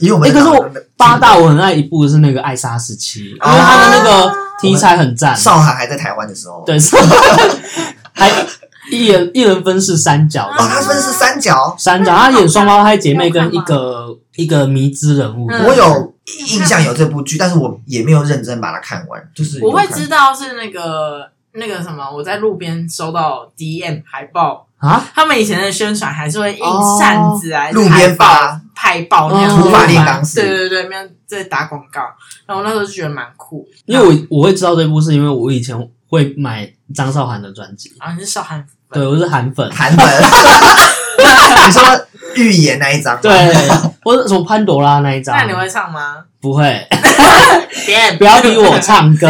[SPEAKER 3] 因为我们
[SPEAKER 4] 哎，可是我八大我很爱一部是那个《艾莎时期》，因为他的那个题材很赞，
[SPEAKER 3] 少涵还在台湾的时候，
[SPEAKER 4] 对，是 还一人一人分饰三角
[SPEAKER 3] 哦，他分是三角，
[SPEAKER 4] 三角，他演双胞胎姐妹跟一个一个迷之人物。
[SPEAKER 2] 嗯
[SPEAKER 3] 我有印象有这部剧，但是我也没有认真把它看完，就是有
[SPEAKER 2] 我会
[SPEAKER 3] 看
[SPEAKER 2] 知道是那个那个什么，我在路边收到 DM 海报，
[SPEAKER 4] 啊，
[SPEAKER 2] 他们以前的宣传还是会印
[SPEAKER 4] 哦
[SPEAKER 2] 扇子啊，还是
[SPEAKER 3] 路边
[SPEAKER 2] 海报
[SPEAKER 3] 发、
[SPEAKER 2] 派报那样
[SPEAKER 4] 嗯
[SPEAKER 2] 子
[SPEAKER 3] 土
[SPEAKER 4] 法
[SPEAKER 3] 炼钢丝
[SPEAKER 2] 对对对，那样在打广告，然后那时候就觉得蛮酷。
[SPEAKER 4] 因为我我会知道这部是因为我以前会买张韶涵的专辑，
[SPEAKER 2] 啊，你是少韩
[SPEAKER 4] 对我是韩 粉，
[SPEAKER 3] 韩文。你说预言那一张，
[SPEAKER 4] 对，或者什么潘多拉那一张
[SPEAKER 2] 那，你会唱吗？
[SPEAKER 4] 不会，
[SPEAKER 2] 点
[SPEAKER 4] 不要逼我，唱 歌。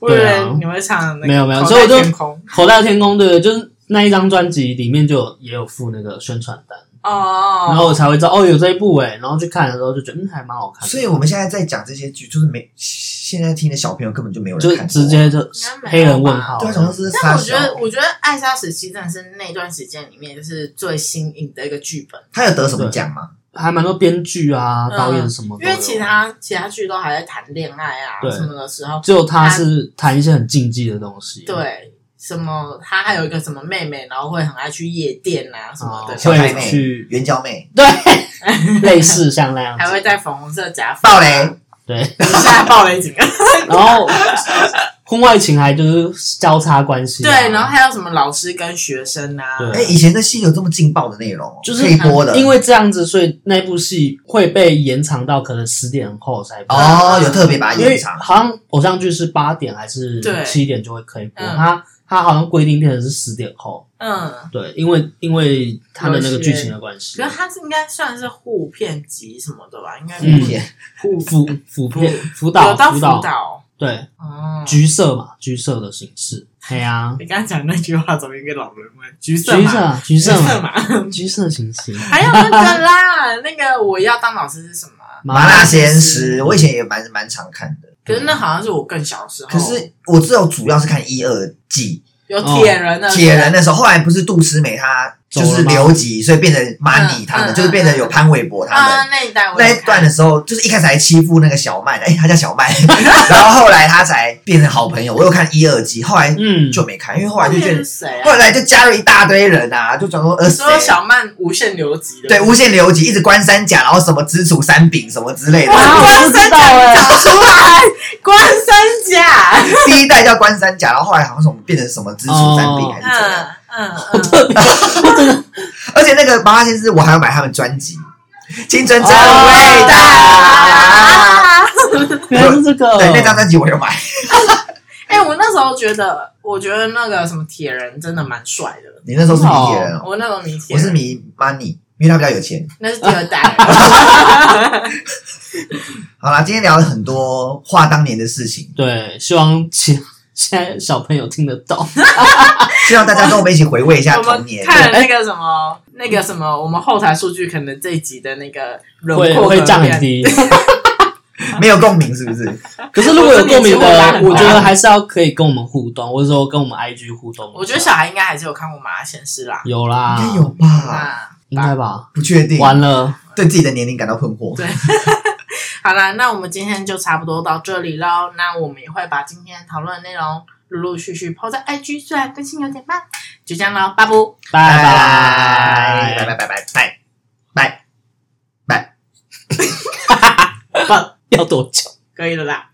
[SPEAKER 2] 我以
[SPEAKER 4] 对
[SPEAKER 2] 为
[SPEAKER 4] 啊
[SPEAKER 2] 你会唱那个
[SPEAKER 4] 没有没有
[SPEAKER 2] 口袋
[SPEAKER 4] 所以我就
[SPEAKER 2] 天空
[SPEAKER 4] 口袋天空，对，就是那一张专辑里面就有也有附那个宣传单，
[SPEAKER 2] 哦，
[SPEAKER 4] 然后我才会知道哦有这一部哎，然后去看的时候就觉得嗯还蛮好看的，
[SPEAKER 3] 所以我们现在在讲这些剧，就是没现在听的小朋友根本就没有人
[SPEAKER 4] 就
[SPEAKER 3] 看过
[SPEAKER 4] 直接就
[SPEAKER 2] 该没有吧
[SPEAKER 4] 黑人问号。
[SPEAKER 3] 对啊，好像是
[SPEAKER 2] 但
[SPEAKER 3] 沙
[SPEAKER 2] 我觉
[SPEAKER 3] 小，
[SPEAKER 2] 得，我觉得《艾莎时期》真的是那段时间里面就是最新颖的一个剧本，
[SPEAKER 3] 他有得什么奖吗？
[SPEAKER 4] 还蛮多编剧啊、
[SPEAKER 2] 嗯
[SPEAKER 4] 导演什么的，
[SPEAKER 2] 因为其他其他剧都还在谈恋爱啊
[SPEAKER 4] 对
[SPEAKER 2] 什么的时候，
[SPEAKER 4] 只有他是谈一些很禁忌的东西。，啊
[SPEAKER 2] 对什么他还有一个什么妹妹，然后会很爱去夜店啊什么的，
[SPEAKER 4] 哦
[SPEAKER 3] 小太
[SPEAKER 4] 会
[SPEAKER 3] 妹
[SPEAKER 4] 去、
[SPEAKER 3] 援交妹、
[SPEAKER 4] 对，类似像那样
[SPEAKER 2] 还会
[SPEAKER 4] 子。
[SPEAKER 2] 戴粉红色假发，
[SPEAKER 3] 暴雷，
[SPEAKER 4] 对，
[SPEAKER 2] 现在暴雷 警告，
[SPEAKER 4] 然后婚外情还就是交叉关系啊、
[SPEAKER 2] 对，然后还有什么老师跟学生啊，
[SPEAKER 4] 对
[SPEAKER 3] 哎，以前的戏有这么劲爆的内容哦，
[SPEAKER 4] 就是
[SPEAKER 3] 可以播的，
[SPEAKER 4] 因为这样子，所以那部戏会被延长到可能十点后才播。
[SPEAKER 3] 哦，有特别把它
[SPEAKER 4] 因为
[SPEAKER 3] 延长，
[SPEAKER 4] 好像偶像剧是八点还是
[SPEAKER 2] 对
[SPEAKER 4] 七点就会可以播，
[SPEAKER 2] 嗯
[SPEAKER 4] 他他好像规定变成是十点后，
[SPEAKER 2] 嗯，
[SPEAKER 4] 对，因为因为他的那个
[SPEAKER 2] 有一些
[SPEAKER 4] 剧情的关系
[SPEAKER 2] 觉得，他是应该算是互片集什么的吧，应该
[SPEAKER 4] 嗯
[SPEAKER 2] 互互
[SPEAKER 4] 辅辅片辅导
[SPEAKER 2] 有到
[SPEAKER 4] 辅
[SPEAKER 2] 辅
[SPEAKER 4] 导
[SPEAKER 2] 导
[SPEAKER 4] 对，
[SPEAKER 2] 哦。
[SPEAKER 4] 橘色嘛，橘色的形式。哎呀、
[SPEAKER 2] 你刚刚讲那句话怎么一个老人问？橘
[SPEAKER 4] 橘
[SPEAKER 2] 色嘛，
[SPEAKER 4] 色，橘色嘛，
[SPEAKER 2] 嘛。
[SPEAKER 4] 橘色形式。
[SPEAKER 2] 还有那个啦，那个我要当老师是什么啊？
[SPEAKER 3] 麻辣
[SPEAKER 4] 鲜
[SPEAKER 3] 鲜哦师，我以前也蛮蛮常看的，
[SPEAKER 2] 可是那好像是我更小的时候，
[SPEAKER 3] 可是我只有主要是看一二季，
[SPEAKER 2] 有铁人的
[SPEAKER 3] 铁人的时候，后来不是杜诗美她就是留级，所以变成 Money 他们，
[SPEAKER 2] 嗯
[SPEAKER 3] 就是变成有潘玮柏他们。
[SPEAKER 2] 啊那一代我
[SPEAKER 3] 那
[SPEAKER 2] 有
[SPEAKER 3] 一
[SPEAKER 2] 看
[SPEAKER 3] 段的时候，就是一开始还欺负那个小麦的，哎、他叫小 麦，然后后来他才变成好朋友。我有看一二季，后来
[SPEAKER 4] 嗯，
[SPEAKER 3] 就没看，因为后来就
[SPEAKER 2] 那
[SPEAKER 3] 觉
[SPEAKER 2] 是
[SPEAKER 3] 得，
[SPEAKER 2] 谁
[SPEAKER 3] 后
[SPEAKER 2] 啊？
[SPEAKER 3] 来就加入一大堆人啊，就讲说呃，
[SPEAKER 2] 说
[SPEAKER 3] 谁
[SPEAKER 2] 小曼无限留级的，
[SPEAKER 3] 对无限留级，一直关三甲，然后什么知足三饼什么之类的。
[SPEAKER 4] 啊，我不知道哎、
[SPEAKER 2] 找出来关三 甲，
[SPEAKER 3] 第一代叫关三甲，然后后来好像什么变成什么知足三饼
[SPEAKER 4] 哦
[SPEAKER 3] 还是怎样。
[SPEAKER 2] 嗯嗯嗯，
[SPEAKER 3] 而且那个麻辣鲜师，我还要买他们专辑，《青春真
[SPEAKER 4] 哦
[SPEAKER 3] 伟大》
[SPEAKER 2] 啊！
[SPEAKER 4] 原来是这个。
[SPEAKER 3] 对，那张专辑我有买。
[SPEAKER 2] 哎，我那时候觉得，我觉得那个什么铁人真的蛮帅的，
[SPEAKER 3] 你那时候是迷铁人哦，
[SPEAKER 2] 我那时候迷铁
[SPEAKER 3] 我是
[SPEAKER 2] 人，
[SPEAKER 3] 迷 Money，因为他比较有钱。
[SPEAKER 2] 那是第二 代。
[SPEAKER 3] 好啦，今天聊了很多话当年的事情，
[SPEAKER 4] 对，希望其现在小朋友听得懂。
[SPEAKER 3] 希望大家跟我们一起回味 一下
[SPEAKER 2] 我
[SPEAKER 3] 童
[SPEAKER 2] 们
[SPEAKER 3] 年。
[SPEAKER 2] 看了那个什么，那个什么，我们后台数据可能这一集的那个轮
[SPEAKER 4] 会
[SPEAKER 2] 廓可
[SPEAKER 4] 会
[SPEAKER 2] 能
[SPEAKER 4] 降
[SPEAKER 2] 变
[SPEAKER 4] 很低，
[SPEAKER 3] 没有共鸣是不是？
[SPEAKER 4] 可是如果有共鸣的，
[SPEAKER 2] 我
[SPEAKER 4] 我
[SPEAKER 2] 觉
[SPEAKER 4] 觉
[SPEAKER 2] 得
[SPEAKER 4] 得还是要可以跟我们互动，或者说跟我们 IG 互动一下。
[SPEAKER 2] 我觉得小孩应该还是有看过《麻辣鲜师》啦。
[SPEAKER 4] 有啦，
[SPEAKER 3] 应该有吧？
[SPEAKER 2] 啊，
[SPEAKER 4] 应该吧？
[SPEAKER 3] 不确定，
[SPEAKER 4] 完了，
[SPEAKER 3] 对自己的年龄感到困惑。
[SPEAKER 2] 对。好啦，那我们今天就差不多到这里喽。那我们也会把今天讨论的内容陆陆续续抛在 IG，虽然更新有点慢，就这样喽，拜拜。
[SPEAKER 3] 拜
[SPEAKER 4] 拜
[SPEAKER 3] 拜
[SPEAKER 4] 拜
[SPEAKER 3] 拜拜拜拜拜。
[SPEAKER 4] 要多久？
[SPEAKER 2] 可以了啦。